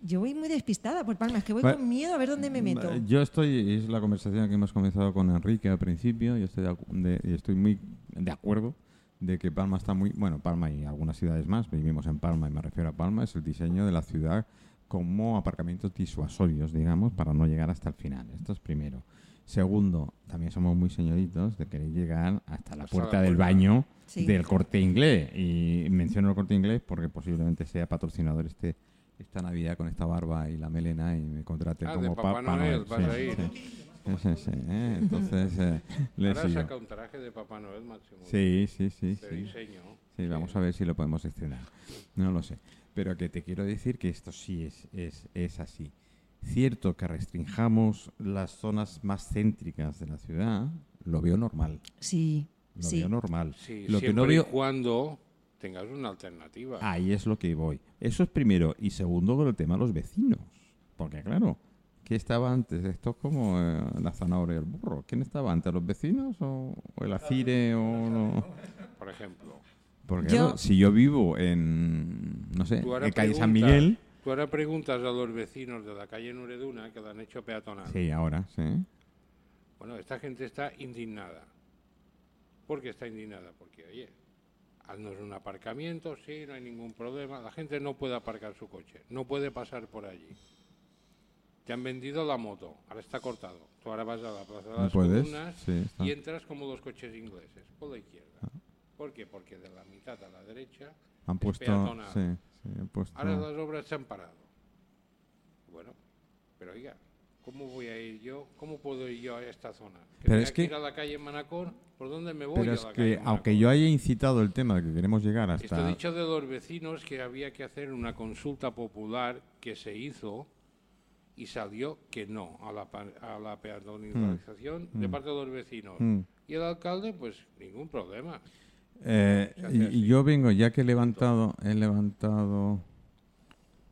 S4: Yo voy muy despistada por Palma, es que voy
S1: Va-
S4: con miedo a ver dónde me meto.
S1: Eh, Yo estoy, es la conversación que hemos comenzado con Enrique al principio, yo estoy de, acu- de- y estoy muy de acuerdo de que Palma está muy, bueno, Palma y algunas ciudades más, vivimos en Palma y me refiero a Palma, es el diseño de la ciudad como aparcamientos disuasorios, digamos, para no llegar hasta el final. Esto es primero. Segundo, también somos muy señoritos de querer llegar hasta la
S2: Hasta la
S1: puerta del
S2: puerta.
S1: baño
S4: Sí.
S1: del corte inglés. Y menciono el corte inglés porque posiblemente sea patrocinador este esta Navidad con esta barba y la melena y me contraten
S2: Ah, de
S1: como
S2: Papá Noel, vas a ir.
S1: Sí, sí, sí, ¿eh? Entonces, eh, le
S2: Ahora
S1: sigo.
S2: saca un traje de Papá Noel, Máximo.
S1: Sí, sí, sí,
S2: De
S1: sí.
S2: diseño.
S1: Sí, vamos a ver si lo podemos estrenar. No lo sé. Pero que te quiero decir que esto sí es, es, es así. Cierto que restringamos las zonas más céntricas de la ciudad, lo veo normal.
S4: Sí,
S1: Lo
S4: sí.
S1: veo normal.
S2: Sí,
S1: lo que no
S2: siempre y
S1: veo Ah.
S2: cuando tengas una alternativa.
S1: Ahí es lo que voy. Eso es primero. Y segundo, con el tema de los vecinos. Porque, claro, ¿qué estaba antes? Esto es como eh, la zanahoria y el burro. ¿Quién estaba antes? ¿Los vecinos o, o el acire? O no?
S2: Por ejemplo,
S1: Porque,
S4: Yo-
S1: claro, si yo vivo en, no sé,
S2: tú ahora,
S1: en calle San
S2: preguntas-
S1: Miguel.
S2: tú ahora preguntas a los vecinos de la calle Nureduna que la han hecho peatonal.
S1: Sí, ahora, sí.
S2: Bueno, esta gente está indignada. ¿Por qué está indignada? Porque, oye, haznos un aparcamiento, sí, no hay ningún problema. La gente no puede aparcar su coche, no puede pasar por allí. Te han vendido la moto, ahora está cortado. Tú ahora vas a la Plaza de
S1: No
S2: las
S1: puedes,
S2: Comunas
S1: sí, está. Ah.
S2: y entras como los coches ingleses, por la izquierda. ¿Por qué? Porque de la mitad a la derecha
S1: Han
S2: es
S1: puesto.
S2: peatonal.
S1: Sí, sí, han puesto.
S2: Este, Ahora las obras se han parado. Bueno, pero oiga, ¿cómo voy a ir yo? ¿Cómo puedo ir yo a esta zona? ¿Que
S1: Pero
S2: tenga
S1: es
S2: que
S1: que-
S2: ir a la calle Manacor? ¿Por dónde me voy?
S1: Pero
S2: a
S1: es
S2: la
S1: que,
S2: calle
S1: aunque
S2: Manacor?
S1: yo haya incitado el tema de que queremos llegar
S2: Esto he
S1: hasta.
S2: dicho de los vecinos que había que hacer una consulta popular que se hizo y salió que no a la, pa- a
S1: Mm.
S2: la peatonalización de parte de los vecinos. Y el alcalde, pues ningún problema.
S1: Eh,
S2: Se hace
S1: y-
S2: así.
S1: y yo vengo, ya que he levantado, he levantado.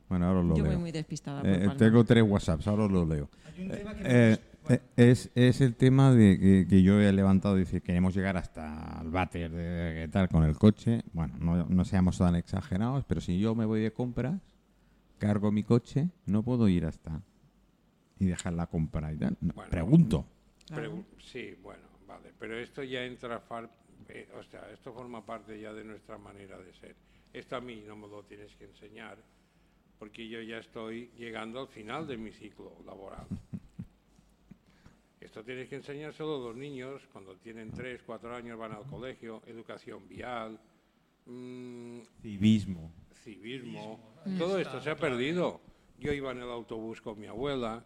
S1: Bueno, ahora os lo
S4: Yo voy
S1: leo.
S4: muy despistada por
S1: Eh,
S4: Palma.
S1: tengo tres WhatsApps, ahora os lo leo.
S5: Hay un tema que me
S1: Eh,
S5: gusta.
S4: pues,
S1: eh, es, es el tema de que, que yo he levantado y decir, queremos llegar hasta el váter de, de tal con el coche. Bueno, no, no seamos tan exagerados, pero si yo me voy de compras, cargo mi coche, no puedo ir hasta y dejar la compra y tal. No,
S2: Bueno.
S1: pregunto.
S2: Pregu- sí, bueno, vale. Pero esto ya entra, far- eh, o sea, esto forma parte ya de nuestra manera de ser. Esto a mí no me lo tienes que enseñar porque yo ya estoy llegando al final de mi ciclo laboral. Esto tienes que enseñárselo a los niños cuando tienen 3, 4 años, van al colegio, educación vial, mm,
S1: Civismo.
S2: civismo, todo esto se ha perdido. Yo iba en el autobús con mi abuela.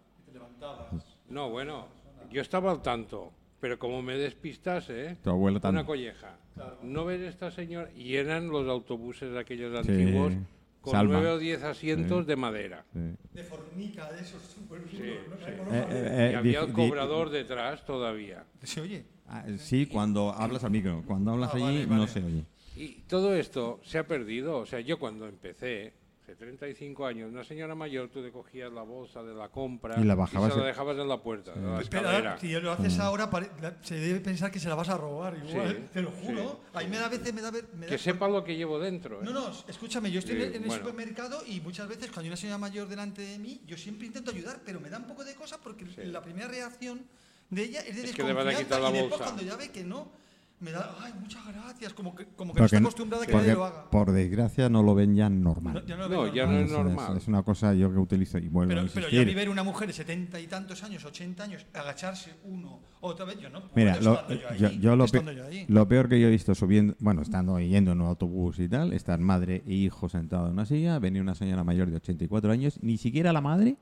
S2: No, bueno, yo estaba al tanto, pero como me despistase,
S1: Tu abuela
S2: una
S1: también.
S2: colleja. No ves esta señora y eran los autobuses aquellos
S1: Sí.
S2: antiguos con
S1: Salva.
S2: nueve o diez asientos de madera.
S5: De fornica, de esos súper duros,
S2: Sí,
S5: ¿no?
S2: sí.
S5: Hay
S1: Eh,
S5: color-
S1: eh,
S2: y
S1: eh,
S2: había
S1: di-
S2: el
S1: di-
S2: cobrador detrás todavía.
S5: Se oye.
S1: Ah, sí, cuando hablas al micro. Cuando hablas
S5: Ah,
S1: allí,
S5: vale,
S1: no
S5: vale.
S1: se oye.
S2: Y todo esto se ha perdido. O sea, yo cuando empecé, hace 35 años, una señora mayor, tú le cogías la bolsa de la compra
S1: Y la bajabas
S2: se la
S1: en-
S2: dejabas en la puerta, de la
S5: Pero
S2: escalera.
S5: ahora, si lo
S1: Mm.
S5: haces ahora, pare- la- se debe pensar que se la vas a robar igual.
S2: Sí,
S5: te lo
S2: sí,
S5: juro. Ahí me da veces, me da... ve- Me da
S2: Que sepa lo que llevo dentro. ¿eh?
S5: No, no, escúchame, yo estoy en el-
S2: Eh,
S5: en el
S2: bueno.
S5: supermercado y muchas veces cuando hay una señora mayor delante de mí, yo siempre intento ayudar, pero me da un poco de cosa porque la primera reacción de ella es de
S2: Es que le van a
S5: desconfianza
S2: quitar la
S5: y después
S2: bolsa.
S5: cuando ya ve que no, me da, ay, muchas gracias, como que, como que
S1: Porque
S5: no está
S1: no-
S5: acostumbrada a que
S1: porque,
S5: nadie lo haga.
S1: por desgracia no lo ven ya
S5: No,
S1: normal.
S5: ya no, lo
S2: No,
S5: veo
S2: ya
S5: normal.
S2: no
S1: Es-
S2: es normal.
S1: Es, una cosa yo que utilizo y vuelvo a
S5: Pero, pero
S1: insistir.
S5: ya ni ver una mujer de setenta y tantos años, ochenta años, agacharse uno, otra vez, yo no puedo,
S1: Mira, lo, eh,
S5: estando yo ahí,
S1: yo, yo lo, pe-
S5: estando yo ahí.
S1: lo peor que yo he visto subiendo, bueno, estando yendo en un autobús y tal, estar madre e hijo sentado en una silla, venir una señora mayor de 84 años, ni siquiera la madre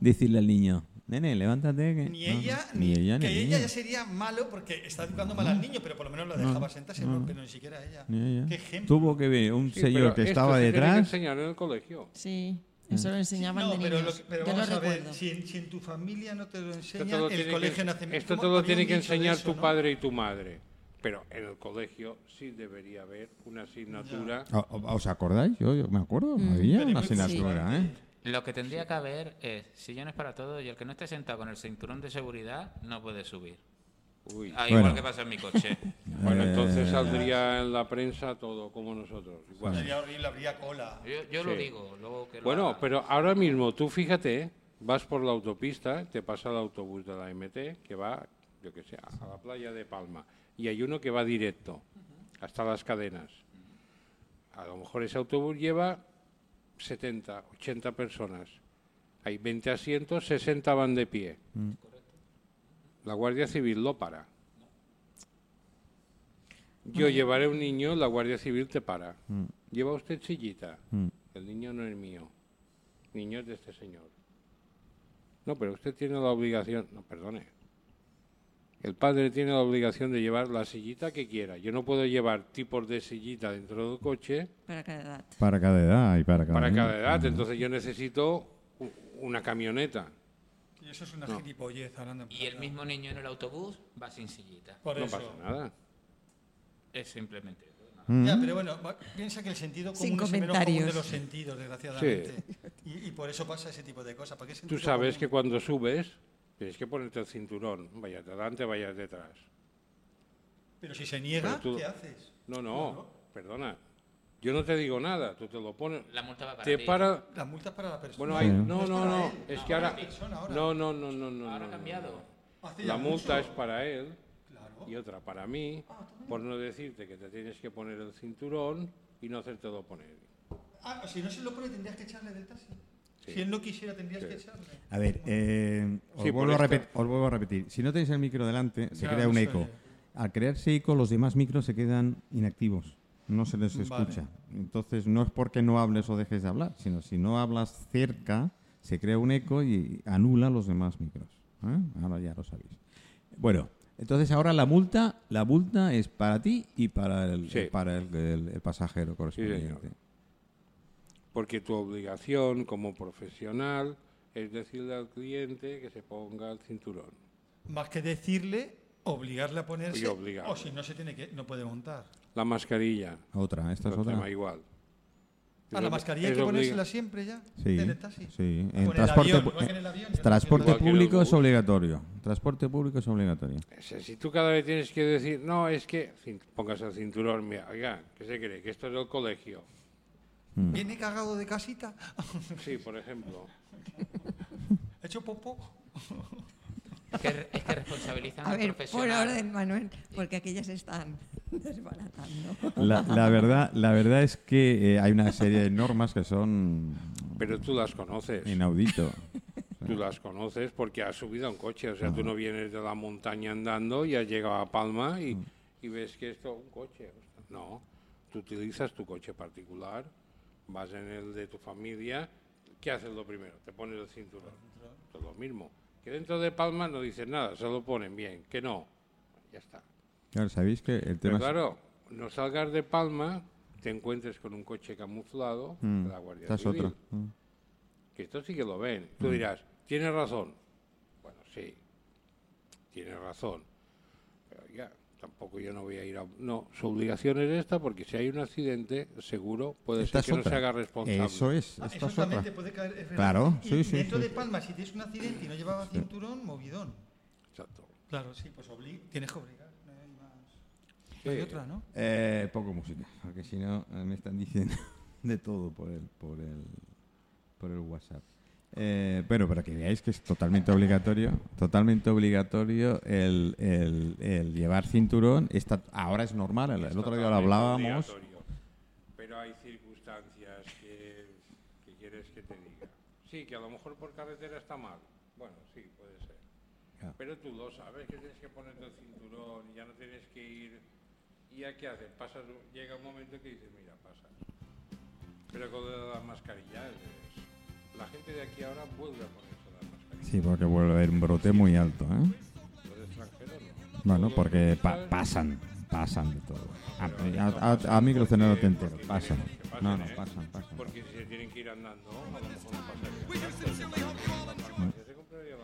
S1: decirle al niño, Nene, levántate. Que...
S5: Ni
S1: No,
S5: ella,
S1: no,
S5: ni,
S1: ella,
S5: que
S1: ni
S5: ella
S1: ella.
S5: ya sería malo porque está educando mal al niño, pero por lo menos la dejaba sentarse,
S1: no,
S5: pero-
S1: no.
S5: pero ni siquiera ella.
S1: Ni ella.
S5: Qué ejemplo.
S1: Tuvo que ver un
S2: Sí,
S1: señor
S2: pero
S1: que
S2: esto
S1: estaba
S2: se tiene que
S1: detrás.
S2: enseñar en el colegio.
S4: Sí,
S1: Ah.
S4: eso lo enseñaban
S5: No,
S4: de
S5: pero,
S4: niños.
S5: lo que- pero
S4: Yo lo
S5: vamos a ver,
S4: recuerdo.
S5: si en, si en tu familia no te lo
S2: Esto
S5: enseñan,
S2: todo
S5: el
S2: tiene
S5: colegio no hace
S2: que, esto todo tiene que enseñar tu
S5: padre
S2: padre y tu madre. Pero en el colegio sí debería haber una asignatura.
S1: O- o- ¿Os acordáis? Yo, yo me acuerdo. Había
S2: Mm.
S5: Pero
S1: una
S5: muy poco.
S1: asignatura, ¿eh?
S3: Lo que tendría que haber es sillones para todos y el que no esté sentado con el cinturón de seguridad no puede subir.
S2: Uy.
S3: Ah,
S1: Bueno.
S3: Igual que pasa en mi coche.
S2: Bueno, entonces
S1: Eh,
S2: saldría en la prensa todo como nosotros. igual.
S5: Pues Sería horrible, habría cola.
S3: Yo, yo lo
S2: Sí.
S3: digo. Luego que lo
S2: Bueno,
S3: hagan.
S2: pero ahora mismo tú fíjate, vas por la autopista, te pasa el autobús de la MT que va, yo que sé, a la playa de Palma y hay uno que va directo hasta las cadenas. A lo mejor ese autobús lleva 70, 80 personas. Hay 20 asientos, 60 van de pie. La Guardia Civil lo para. Yo llevaré un niño, la Guardia Civil te para. Lleva usted sillita. El niño no es mío. El niño es de este señor. No, pero usted tiene la obligación. No, perdone. El padre tiene la obligación de llevar la sillita que quiera. Yo no puedo llevar tipos de sillita dentro del coche
S4: Para cada edad.
S1: Para cada edad y para cada
S2: para
S1: niño.
S2: cada edad. Entonces yo necesito u- una camioneta.
S5: Y eso es una gilipollez hablando en
S3: Y el
S5: plata.
S3: mismo niño en el autobús va sin sillita.
S5: Por
S2: no
S5: eso.
S2: pasa nada.
S3: Es simplemente. eso, ¿no?
S1: Mm.
S5: Ya, pero bueno, va- piensa que el sentido común
S4: Sin
S5: es el menos común de
S4: comentarios.
S5: los sentidos, desgraciadamente. Y, y por eso pasa ese tipo de cosas. porque es
S2: Tú
S5: sentido
S2: sabes que
S5: común.
S2: cuando subes tienes que ponerte el cinturón. Vayas delante, vayas detrás.
S5: Pero si se niega,
S2: Pero tú-
S5: ¿qué haces?
S2: No, no, perdona. Yo no te digo nada. Tú te lo pones.
S3: La multa va para
S2: Te
S3: ti.
S2: para,
S5: Las multas para la persona.
S2: Bueno, hay, no, no, no,
S5: él,
S2: es que ahora,
S5: persona eh. ahora.
S2: no, no, no, no, no,
S3: Ahora ha
S2: no,
S3: cambiado.
S2: no.
S5: Hace ya
S2: La
S5: mucho.
S2: multa es para él
S5: Claro.
S2: y otra para mí, por no decirte que te tienes que poner el cinturón y no hacértelo poner.
S5: Ah, si no se lo pone, tendrías que echarle del taxi. Si él no quisiera, tendrías que echarle.
S1: A ver, eh, os,
S2: Sí, por
S1: vuelvo a
S2: esto.
S1: repet- os vuelvo a repetir. Si no tenéis el micro delante, se
S5: Ya,
S1: crea un
S5: no se
S1: eco.
S5: oye.
S1: Al crearse eco, los demás micros se quedan inactivos. No se les
S5: Vale.
S1: escucha. Entonces, no es porque no hables o dejes de hablar, sino si no hablas cerca, se crea un eco y anula los demás micros. ¿eh? Ahora ya lo sabéis. Bueno, entonces ahora la multa, la multa es para ti y para el,
S2: Sí.
S1: para el, el- el pasajero correspondiente.
S2: Porque tu obligación como profesional es decirle al cliente que se ponga el cinturón.
S5: Más que decirle, obligarle a ponerse.
S2: Y obligarle.
S5: O si no, se tiene que, no puede montar.
S2: La mascarilla,
S1: otra, esta es
S2: otro
S1: otra.
S2: tema igual.
S5: Ah, la mascarilla hay
S2: Es
S5: que
S2: obli-
S5: ponérsela siempre ya.
S1: Sí,
S5: En el taxi.
S1: sí. En
S5: O el
S1: transporte,
S5: avión,
S1: pu-
S5: igual que en
S1: eh,
S5: el avión, yo no
S1: transporte
S2: Igual que en el
S1: público es
S2: bus.
S1: obligatorio. Transporte público es obligatorio.
S2: Ese, Si tú cada vez tienes que decir, no, es que cin- pongas el cinturón, mira, oiga, ¿qué se cree? Que esto es el colegio.
S5: Viene cagado de casita.
S2: Sí, por ejemplo.
S5: Ha hecho popó.
S3: Es que, es que responsabilizan
S4: A
S3: al
S4: ver, por
S3: profesional.
S4: orden, Manuel, porque aquellas están desbaratando.
S1: La, la verdad, la verdad es que eh, hay una serie de normas que son
S2: Pero tú las conoces.
S1: inaudito.
S2: Tú las conoces porque has subido a un coche. O sea, tú no vienes de la montaña andando y has llegado a Palma y, y ves que esto un coche. O sea, No, tú utilizas tu coche particular, vas en el de tu familia. ¿Qué haces lo primero? Te pones el cinturón. Todo lo mismo. Que dentro de Palma no dices nada, se lo ponen bien. Que no. Ya está.
S1: Claro, sabéis que el tema
S2: Pero
S1: es-
S2: claro, no salgas de Palma, te encuentres con un coche camuflado
S1: Mm,
S2: de la Guardia
S1: esta es
S2: Civil.
S1: otra. Mm.
S2: Que esto sí que lo ven. Tú dirás, tienes razón. Bueno, sí, tienes razón. Pero ya, tampoco yo no voy a ir a... No, su obligación es esta porque si hay un accidente, seguro puede
S1: Esta
S2: ser que
S1: es
S2: no
S1: otra.
S2: se haga responsable.
S1: Eso es,
S5: Ah,
S1: esta
S5: eso
S1: es otra.
S5: también te puede caer. es verdad.
S1: Claro,
S5: Y
S1: sí, sí,
S5: Dentro
S1: sí,
S5: de
S1: sí.
S5: Palma, si tienes un accidente y no llevaba cinturón, movidón.
S2: Exacto.
S5: Claro, sí, pues obli- tienes que obligar. No hay más.
S2: Sí.
S5: Hay otra, ¿no?
S1: Eh, poco música, porque si no eh, me están diciendo de todo por el, por el, por el WhatsApp. Eh, pero para que veáis que es totalmente obligatorio, totalmente obligatorio el, el- el llevar cinturón. Está, ahora es normal, el, el otro día lo
S2: Totalmente
S1: hablábamos.
S2: obligatorio. Pero hay circunstancias que, que quieres que te diga. Sí, que a lo mejor por carretera está mal. Bueno, sí, puede ser.
S1: Ya.
S2: Pero tú lo sabes, que tienes que ponerte el cinturón, ya no tienes que ir. ¿Y a qué haces? Pasas, un- llega un momento que dices, mira, pasa. Pero con lo de las mascarillas, es- la gente de aquí ahora vuelve a ponerse las mascarillas.
S1: Sí, porque vuelve a haber un brote muy alto, ¿eh?
S2: Los extranjeros no.
S1: Bueno, porque pa- pasan, pasan de todo. A, a, a- a microcenar no te enteras, pasan. No, no, pasan, pasan.
S2: Porque si se tienen que ir andando, a lo mejor no pasa que- Jamás. Ya se compraría la